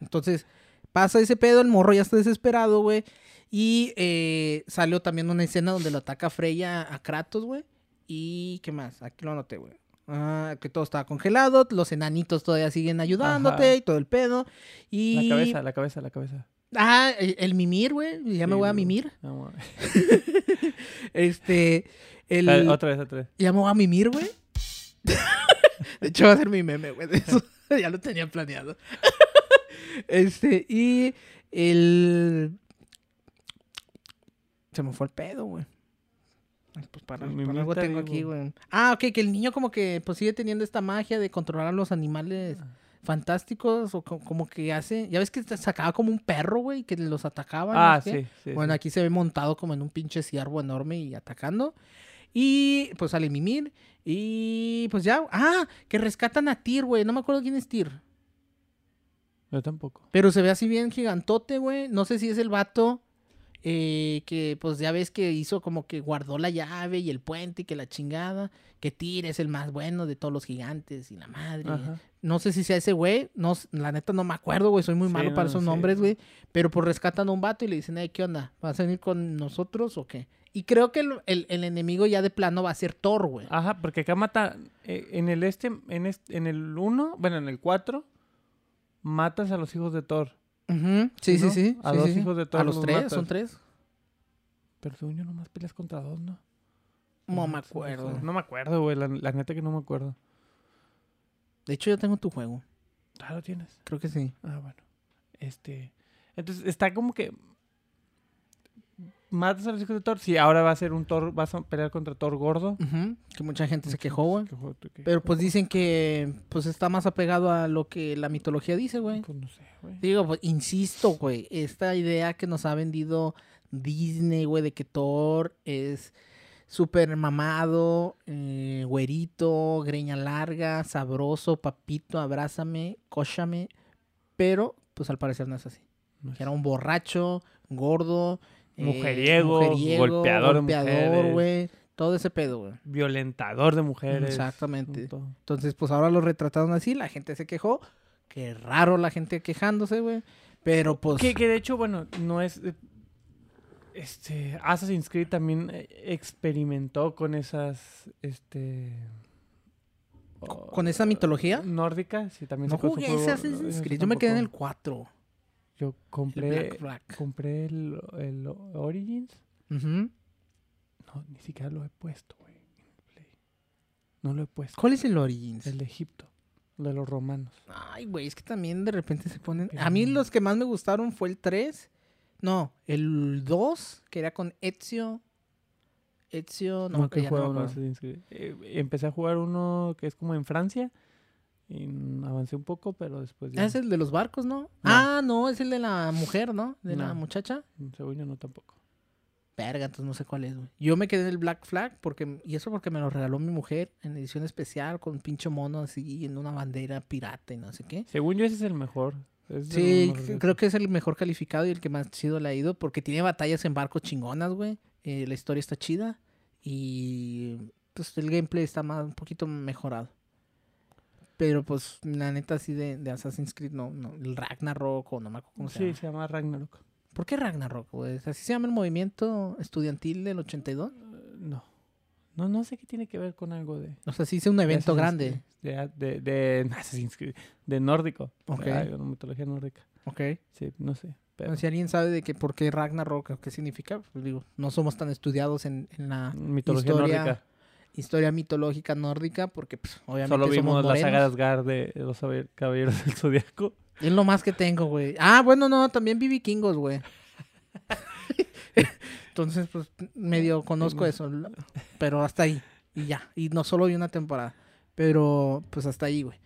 Entonces, pasa ese pedo, el morro ya está desesperado, güey. Y eh, salió también una escena donde lo ataca Freya a Kratos, güey. Y, ¿qué más? Aquí lo anoté, güey. Ah, que todo estaba congelado, los enanitos todavía siguen ayudándote Ajá. y todo el pedo. Y... La cabeza, la cabeza, la cabeza. Ah, el, el mimir, güey. Ya me Sí, voy a güey. mimir. No mames. Este. El... Ah, Otra vez, otra vez. Ya me voy a mimir, güey. De hecho, va a ser mi meme, güey. de eso. ya lo tenía planeado. este, y el. Se me fue el pedo, güey. Ay, Pues para, Mi para meme algo está tengo vivo. aquí, güey. Ah, ok, que el niño como que pues sigue teniendo esta magia de controlar a los animales Ah. fantásticos o co- como que hace... Ya ves que te sacaba como un perro, güey, que los atacaba. no Ah, sé qué. sí, sí. Bueno, sí. aquí se ve montado como en un pinche ciervo enorme y atacando. Y pues sale Mimir. Y pues ya. Ah, que rescatan a Tyr, güey. No me acuerdo quién es Tyr. Yo tampoco. Pero se ve así bien gigantote, güey. No sé si es el vato eh, que pues ya ves que hizo como que guardó la llave y el puente y que la chingada. Que Tyr es el más bueno de todos los gigantes y la madre. Ajá. No sé si sea ese güey. No, s- la neta no me acuerdo, güey. Soy muy Sí, malo no, para esos sí. nombres, güey. Pero pues rescatan a un vato y le dicen, "Ey, ¿qué onda? ¿Vas a venir con nosotros o qué? Y creo que el, el- el enemigo ya de plano va a ser Thor, güey. Ajá, porque acá mata. eh, en el este, en, este, en el 1, bueno, en el 4, matas a los hijos de Thor. Ujú, Sí, sí, ¿No? sí. A sí, dos sí, sí. hijos de A Thor los los tres, matas. son tres. Pero según yo, nomás peleas contra dos, ¿no? No me Nomás son dos, acuerdo. ¿no? No me acuerdo, güey. La, la neta que no me acuerdo. De hecho, yo tengo tu juego. Ah, lo tienes. Creo que sí. Ah, bueno. Este. Entonces, está como que. Matas a los hijos de Thor. Sí, ahora va a ser un Thor. Vas a pelear contra Thor gordo. Ujú, Que mucha gente se quejó, güey. Quejó, tú, que- Pero pues dicen que pues está más apegado a lo que la mitología dice, güey. Pues no sé, güey. Digo, pues, insisto, güey, esta idea que nos ha vendido Disney, güey, de que Thor es súper mamado, eh, güerito, greña larga, sabroso, papito, abrázame, cóchame, pero pues al parecer no es así. No Que era un borracho, gordo, eh, Mujeriego, golpeador de mujeres. güey, todo ese pedo, güey. Violentador de mujeres. Exactamente. Todo. Entonces, pues ahora lo retrataron así, la gente se quejó. Qué raro la gente quejándose, güey. Pero pues. Que, que de hecho, bueno, no es. eh, Este. Assassin's Creed también eh, experimentó con esas. Este. uh, Co- ¿Con esa mitología? Nórdica, sí, también No sacó su jugué juego, ese no, Assassin's eso Creed. Yo me quedé en el tampoco. 4. Yo El compré. Black Flag. Compré el, el Origins. Ujú. No, ni siquiera lo he puesto, güey. en el Play. No lo he puesto. ¿Cuál es el Origins? El de Egipto. el de los romanos. Ay, güey, es que también de repente se ponen. Pero A mí no. los que más me gustaron fue el 3. No, el 2, que era con Ezio. Ezio, no, Nunca que he ya no me jugado uno de acuerdo. Assassin's Creed. Eh, empecé a jugar uno que es como en Francia. Y mm, avancé un poco, pero después ya. Ah, Es el de los barcos, ¿no? Ah, no, es el de la mujer, ¿no? De la No. muchacha. mm, Según yo, no tampoco. Verga, entonces no sé cuál es, güey. Yo me quedé en el Black Flag porque, y eso porque me lo regaló mi mujer en edición especial con un pinche mono así en una bandera pirata y no sé qué. Según yo, ese es el mejor. Es de Sí, los más cre- ricos. creo que es el mejor calificado y el que más chido le ha ido porque tiene batallas en barcos chingonas, güey. Eh, la historia está chida y pues el gameplay está más, un poquito mejorado. Pero pues la neta así de, de Assassin's Creed, no, no, el Ragnarok o no me acuerdo cómo se Sí, llama. se llama Ragnarok. Eh, ¿Por qué Ragnarok, güey? ¿Así se llama el movimiento estudiantil del 82? Eh, No. No, no sé qué tiene que ver con algo de. O sea, sí hice un evento Assassin's grande. Creed. De, de, de Assassin's Creed, de nórdico. Ok. Ah, de mitología nórdica. Ok. Sí, no sé. Pero Bueno, si alguien sabe de que por qué Ragnarok o qué significa, pues digo, no somos tan estudiados en, en la mitología ah, historia- nórdica. historia mitológica nórdica, porque pues, obviamente Solo somos vimos la morenos. saga de Asgard de los Cabe- Caballeros del Zodiaco. Es lo más que tengo, güey. Ah, bueno, no, también vi vikingos, güey. Entonces, pues, medio conozco eso, lo- pero hasta ahí. Y ya. Y no solo vi una temporada. Pero, pues, hasta ahí, güey.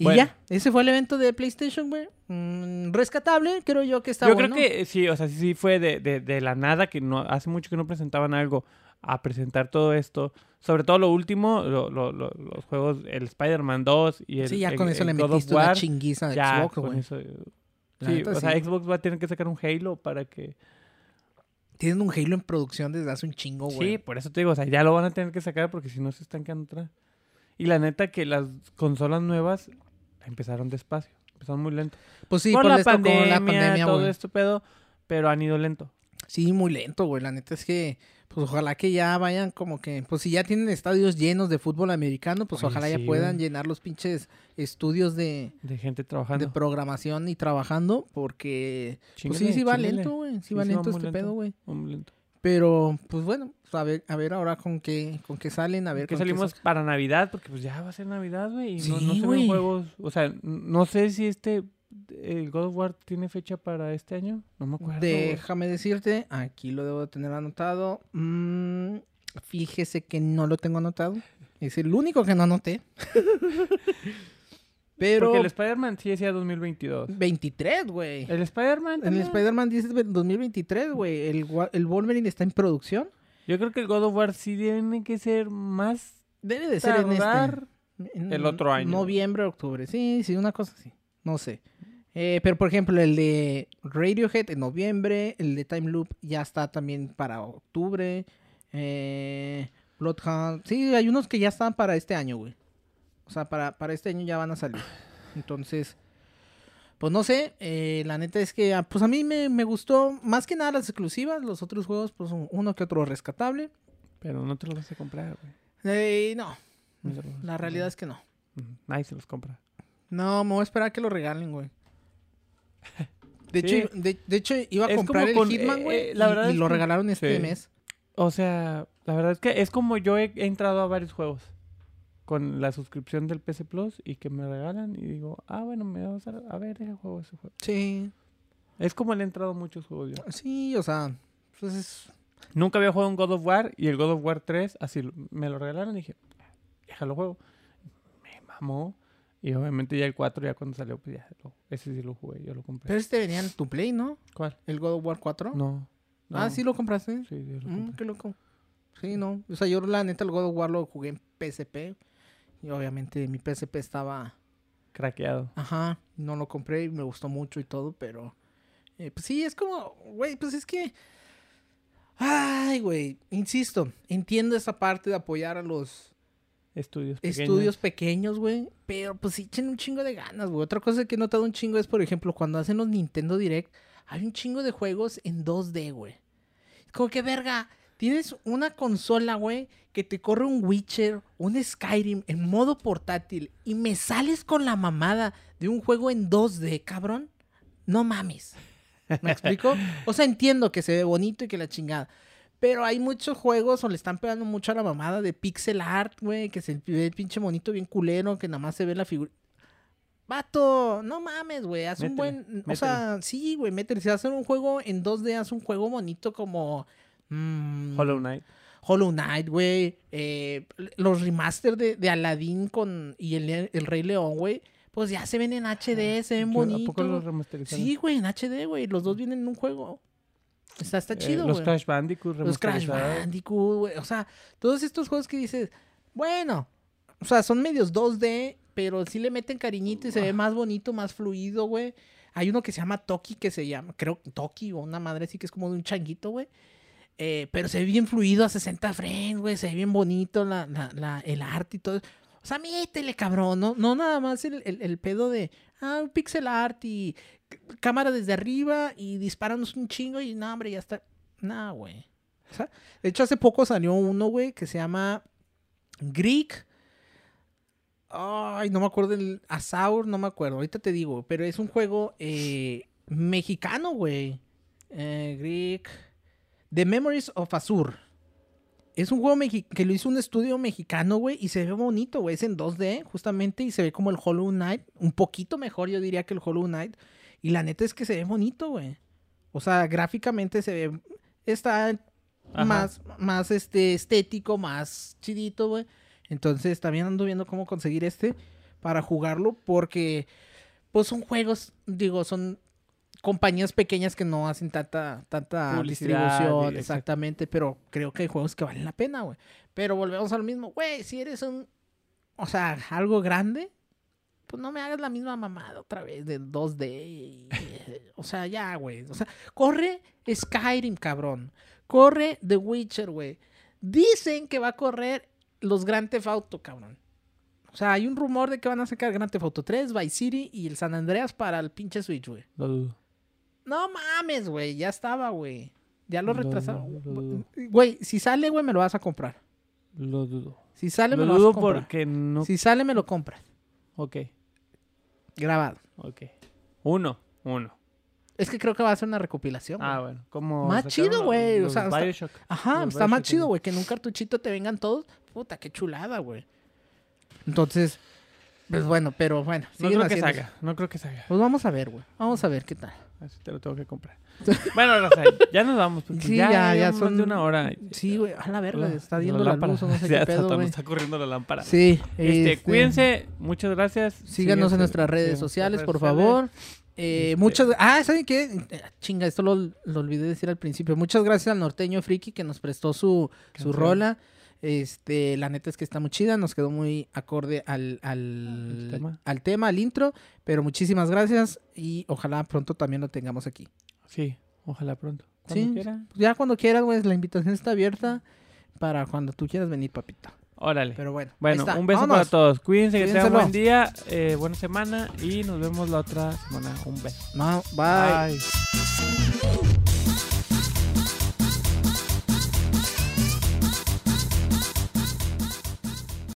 Y Bueno. ya, ese fue el evento de PlayStation, güey. Mm, rescatable, creo yo que está Yo bueno. creo que eh, sí, o sea, sí, sí fue de, de- de la nada, que no hace mucho que no presentaban algo a presentar todo esto. Sobre todo lo último, lo- lo- lo- los juegos, el Spider-Man 2 y el. sí, ya el- con eso el le God of metiste una War, chinguiza de ya Xbox, con güey. eso, eh, La Sí, neta, o sea, sí. Xbox va a tener que sacar un Halo para que. Tienen un Halo en producción desde hace un chingo, Oh, güey. Sí, por eso te digo, o sea, ya lo van a tener que sacar porque si no se están quedando atrás. Y la neta que las consolas nuevas empezaron despacio, empezaron muy lento. Pues sí, por pues la les tocó pandemia, la pandemia, todo güey. este pedo, pero han ido lento. Sí, muy lento, güey. La neta es que, pues ojalá que ya vayan como que, pues si ya tienen estadios llenos de fútbol americano, pues Oye, ojalá sí, ya güey. puedan Ah, llenar los pinches estudios de, De gente de trabajando. programación y trabajando, porque pues sí, Chíngale, sí va chíngale. lento, güey, sí, Sí, va sí va muy lento este lento. pedo, güey. Vamos lento. Pero, pues bueno, pues, a ver, a ver ahora con qué, con qué salen, a ver que con qué salimos para Navidad, porque pues ya va a ser Navidad, güey. Y no, no Sí, se güey. ven juegos. O sea, n- no sé si este. El God of War tiene fecha para este año. No me acuerdo. güey. Déjame decirte, aquí lo debo de tener anotado. Mm, fíjese que no lo tengo anotado. Es el único que no anoté. Pero Porque el Spider-Man sí decía 2022. 23, güey. El Spider-Man. En el también. Spider-Man dice 2023, güey. El, Wa- el Wolverine está en producción. Yo creo que el God of War sí tiene que ser más Debe de ser en este. tardar. En el otro año. Noviembre, octubre. Sí, sí, una cosa así. No sé. Eh, pero, por ejemplo, el de Radiohead en noviembre, el de Time Loop ya está también para octubre. Eh, Bloodhound. Sí, hay unos que ya están para este año, güey. O sea, para, para este año ya van a salir. Entonces, pues no sé. eh, la neta es que, ah, pues a mí me, me gustó más que nada las exclusivas. Los otros juegos, pues un- uno que otro rescatable. Pero no te lo vas a comprar, güey. Eh, no, No te lo vas a la comprar. realidad es que no. Ujú. Nadie se los compra. No, me voy a esperar a que lo regalen, güey. De, Sí. hecho, de, de hecho, iba a Es comprar como el con- Hitman, güey. eh, la y- verdad y, es lo que- regalaron este sí. mes. O sea, la verdad es que es como yo he, he entrado a varios juegos con la suscripción del PC Plus y que me regalan y digo, ah, bueno, me vas a, a ver ese juego, ese juego. Sí. Es como le he entrado a muchos juegos yo. Sí, o sea, pues es... Nunca había jugado un God of War y el God of War 3, así lo- me lo regalaron y dije, déjalo juego. Me mamó. Y obviamente ya el 4, ya cuando salió, pues ya, lo- ese sí lo jugué, yo lo compré. Pero este venía en tu Play, ¿no? ¿Cuál? El God of War 4. No. Ah, no. sí lo compraste. Sí, yo lo Mm, compré. qué loco. Sí, no. O sea, yo la neta el God of War lo jugué en PSP. Y obviamente mi PSP estaba... Craqueado. Ajá, no lo compré y me gustó mucho y todo, pero... eh, pues sí, es como, güey, pues es que... Ay, güey, insisto, entiendo esa parte de apoyar a los Estudios pequeños. estudios pequeños, güey, pero pues sí echen un chingo de ganas, güey. Otra cosa que he notado un chingo es, por ejemplo, cuando hacen los Nintendo Direct, hay un chingo de juegos en 2D, güey. Es Como que, verga, tienes una consola, güey, que te corre un Witcher, un Skyrim en modo portátil y me sales con la mamada de un juego en 2D, cabrón. No mames. ¿Me explico? O sea, entiendo que se ve bonito y que la chingada. Pero hay muchos juegos o le están pegando mucho a la mamada de pixel art, güey, que se ve el pinche monito bien culero, que nada más se ve la figura. Vato, no mames, güey, haz un Métele, buen... O sea, sí, güey, métele. Si vas a hacer un juego en 2D, haz un juego bonito como... mm, Hollow Knight. Hollow Knight, güey. eh, los remaster de, de Aladdin con, y el, el Rey León, güey. Pues ya se ven en HD, se ven Ah, Yo- ¿A poco los bonitos. remasterizaron? Sí, güey, en HD, güey. Los dos vienen en un juego. Está, está Eh, chido, Los güey. Crash Bandicoot Los Crash remasterizados. Bandicoot, güey. O sea, todos estos juegos que dices, bueno, o sea, son medios 2D, pero sí le meten cariñito y se ve más bonito, más fluido, güey. Hay uno que se llama Toki, que se llama, creo, Toki o una madre así que es como de un changuito, güey. Eh, pero se ve bien fluido a 60 frames, güey. Se ve bien bonito la, la- la- el arte y todo. O sea, métele, cabrón. No, no nada más el, el- el pedo de, ah, un pixel art y c- cámara desde arriba y disparamos un chingo y no, hombre, ya está. Nah, güey. O sea, de hecho, hace poco salió uno, güey, que se llama Greek. Ay, no me acuerdo el Asaur, no me acuerdo. Ahorita te digo, pero es un juego eh, mexicano, güey. Eh, Greek. The Memories of Azur. Es un juego mexi- que lo hizo un estudio mexicano, güey, y se ve bonito, güey. Es en 2D, justamente, y se ve como el Hollow Knight. Un poquito mejor, yo diría, que el Hollow Knight. Y la neta es que se ve bonito, güey. O sea, gráficamente se ve. Está Ajá. más, más este, estético, más chidito, güey. Entonces también ando viendo cómo conseguir este para jugarlo porque pues son juegos, digo, son compañías pequeñas que no hacen tanta, tanta Publicidad, distribución, exacto. exactamente, pero creo que hay juegos que valen la pena, güey. Pero volvemos al mismo, güey, si eres un, o sea, algo grande, pues no me hagas la misma mamada otra vez de 2D. y- o sea, ya, güey. O sea, corre Skyrim, cabrón. Corre The Witcher, güey. Dicen que va a correr los Grand Theft Auto, cabrón. O sea, hay un rumor de que van a sacar Grand Theft Auto 3, Vice City y el San Andreas para el pinche Switch, güey. Lo dudo. No mames, güey. Ya estaba, güey. Ya lo Lo retrasaron. dudo, lo dudo. Güey, si sale, güey, me lo vas a comprar. Lo dudo. Si sale, me Lo lo, vas dudo a comprar. porque no. Si sale, me lo compras. Ok, Grabado. ok. Uno, uno. Es que creo que va a ser una recopilación. güey. Ah, bueno. Como Más sacaron chido, a- güey, o los sea, está- Bioshock. Ajá, Los está más Bioshock, chido, ¿no? güey. Que en un cartuchito te vengan todos. Puta, qué chulada, güey. Entonces, pues bueno, pero bueno. No siguen creo que haciendo salga. No creo que salga. eso. Pues vamos a ver, güey. Vamos a ver qué tal. Así te lo tengo que comprar. bueno, Rosa, ya nos vamos. Porque Sí, ya, ya- ya, ya llevamos más son- de una hora. Sí, güey. A la verga, Hola, está yendo la, lámpara. luz o no sé Ya qué está- pedo, nos güey. está corriendo la lámpara. Sí. Este, este, cuídense, muchas gracias. Síganos Síguense- en nuestras sí, en redes nuestras sociales, redes por sociales. favor. Eh, Este- Muchas. Ah, ¿saben qué? Eh, Chinga, esto lo, lo olvidé decir al principio. Muchas gracias al norteño Friki que nos prestó su, su Canción. rola. Este, la neta es que está muy chida, nos quedó muy acorde al, al, Al tema. al tema, al intro. Pero muchísimas gracias y ojalá pronto también lo tengamos aquí. Sí, ojalá pronto. Cuando Sí. quiera. Ya cuando quieras, güey, la invitación está abierta para cuando tú quieras venir, papito. Órale. Pero bueno. ahí bueno, está. un beso Vámonos. para todos. Cuídense, que tengan Cuídenselo. buen día, eh, buena semana y nos vemos la otra semana. Un beso. No, bye. Bye.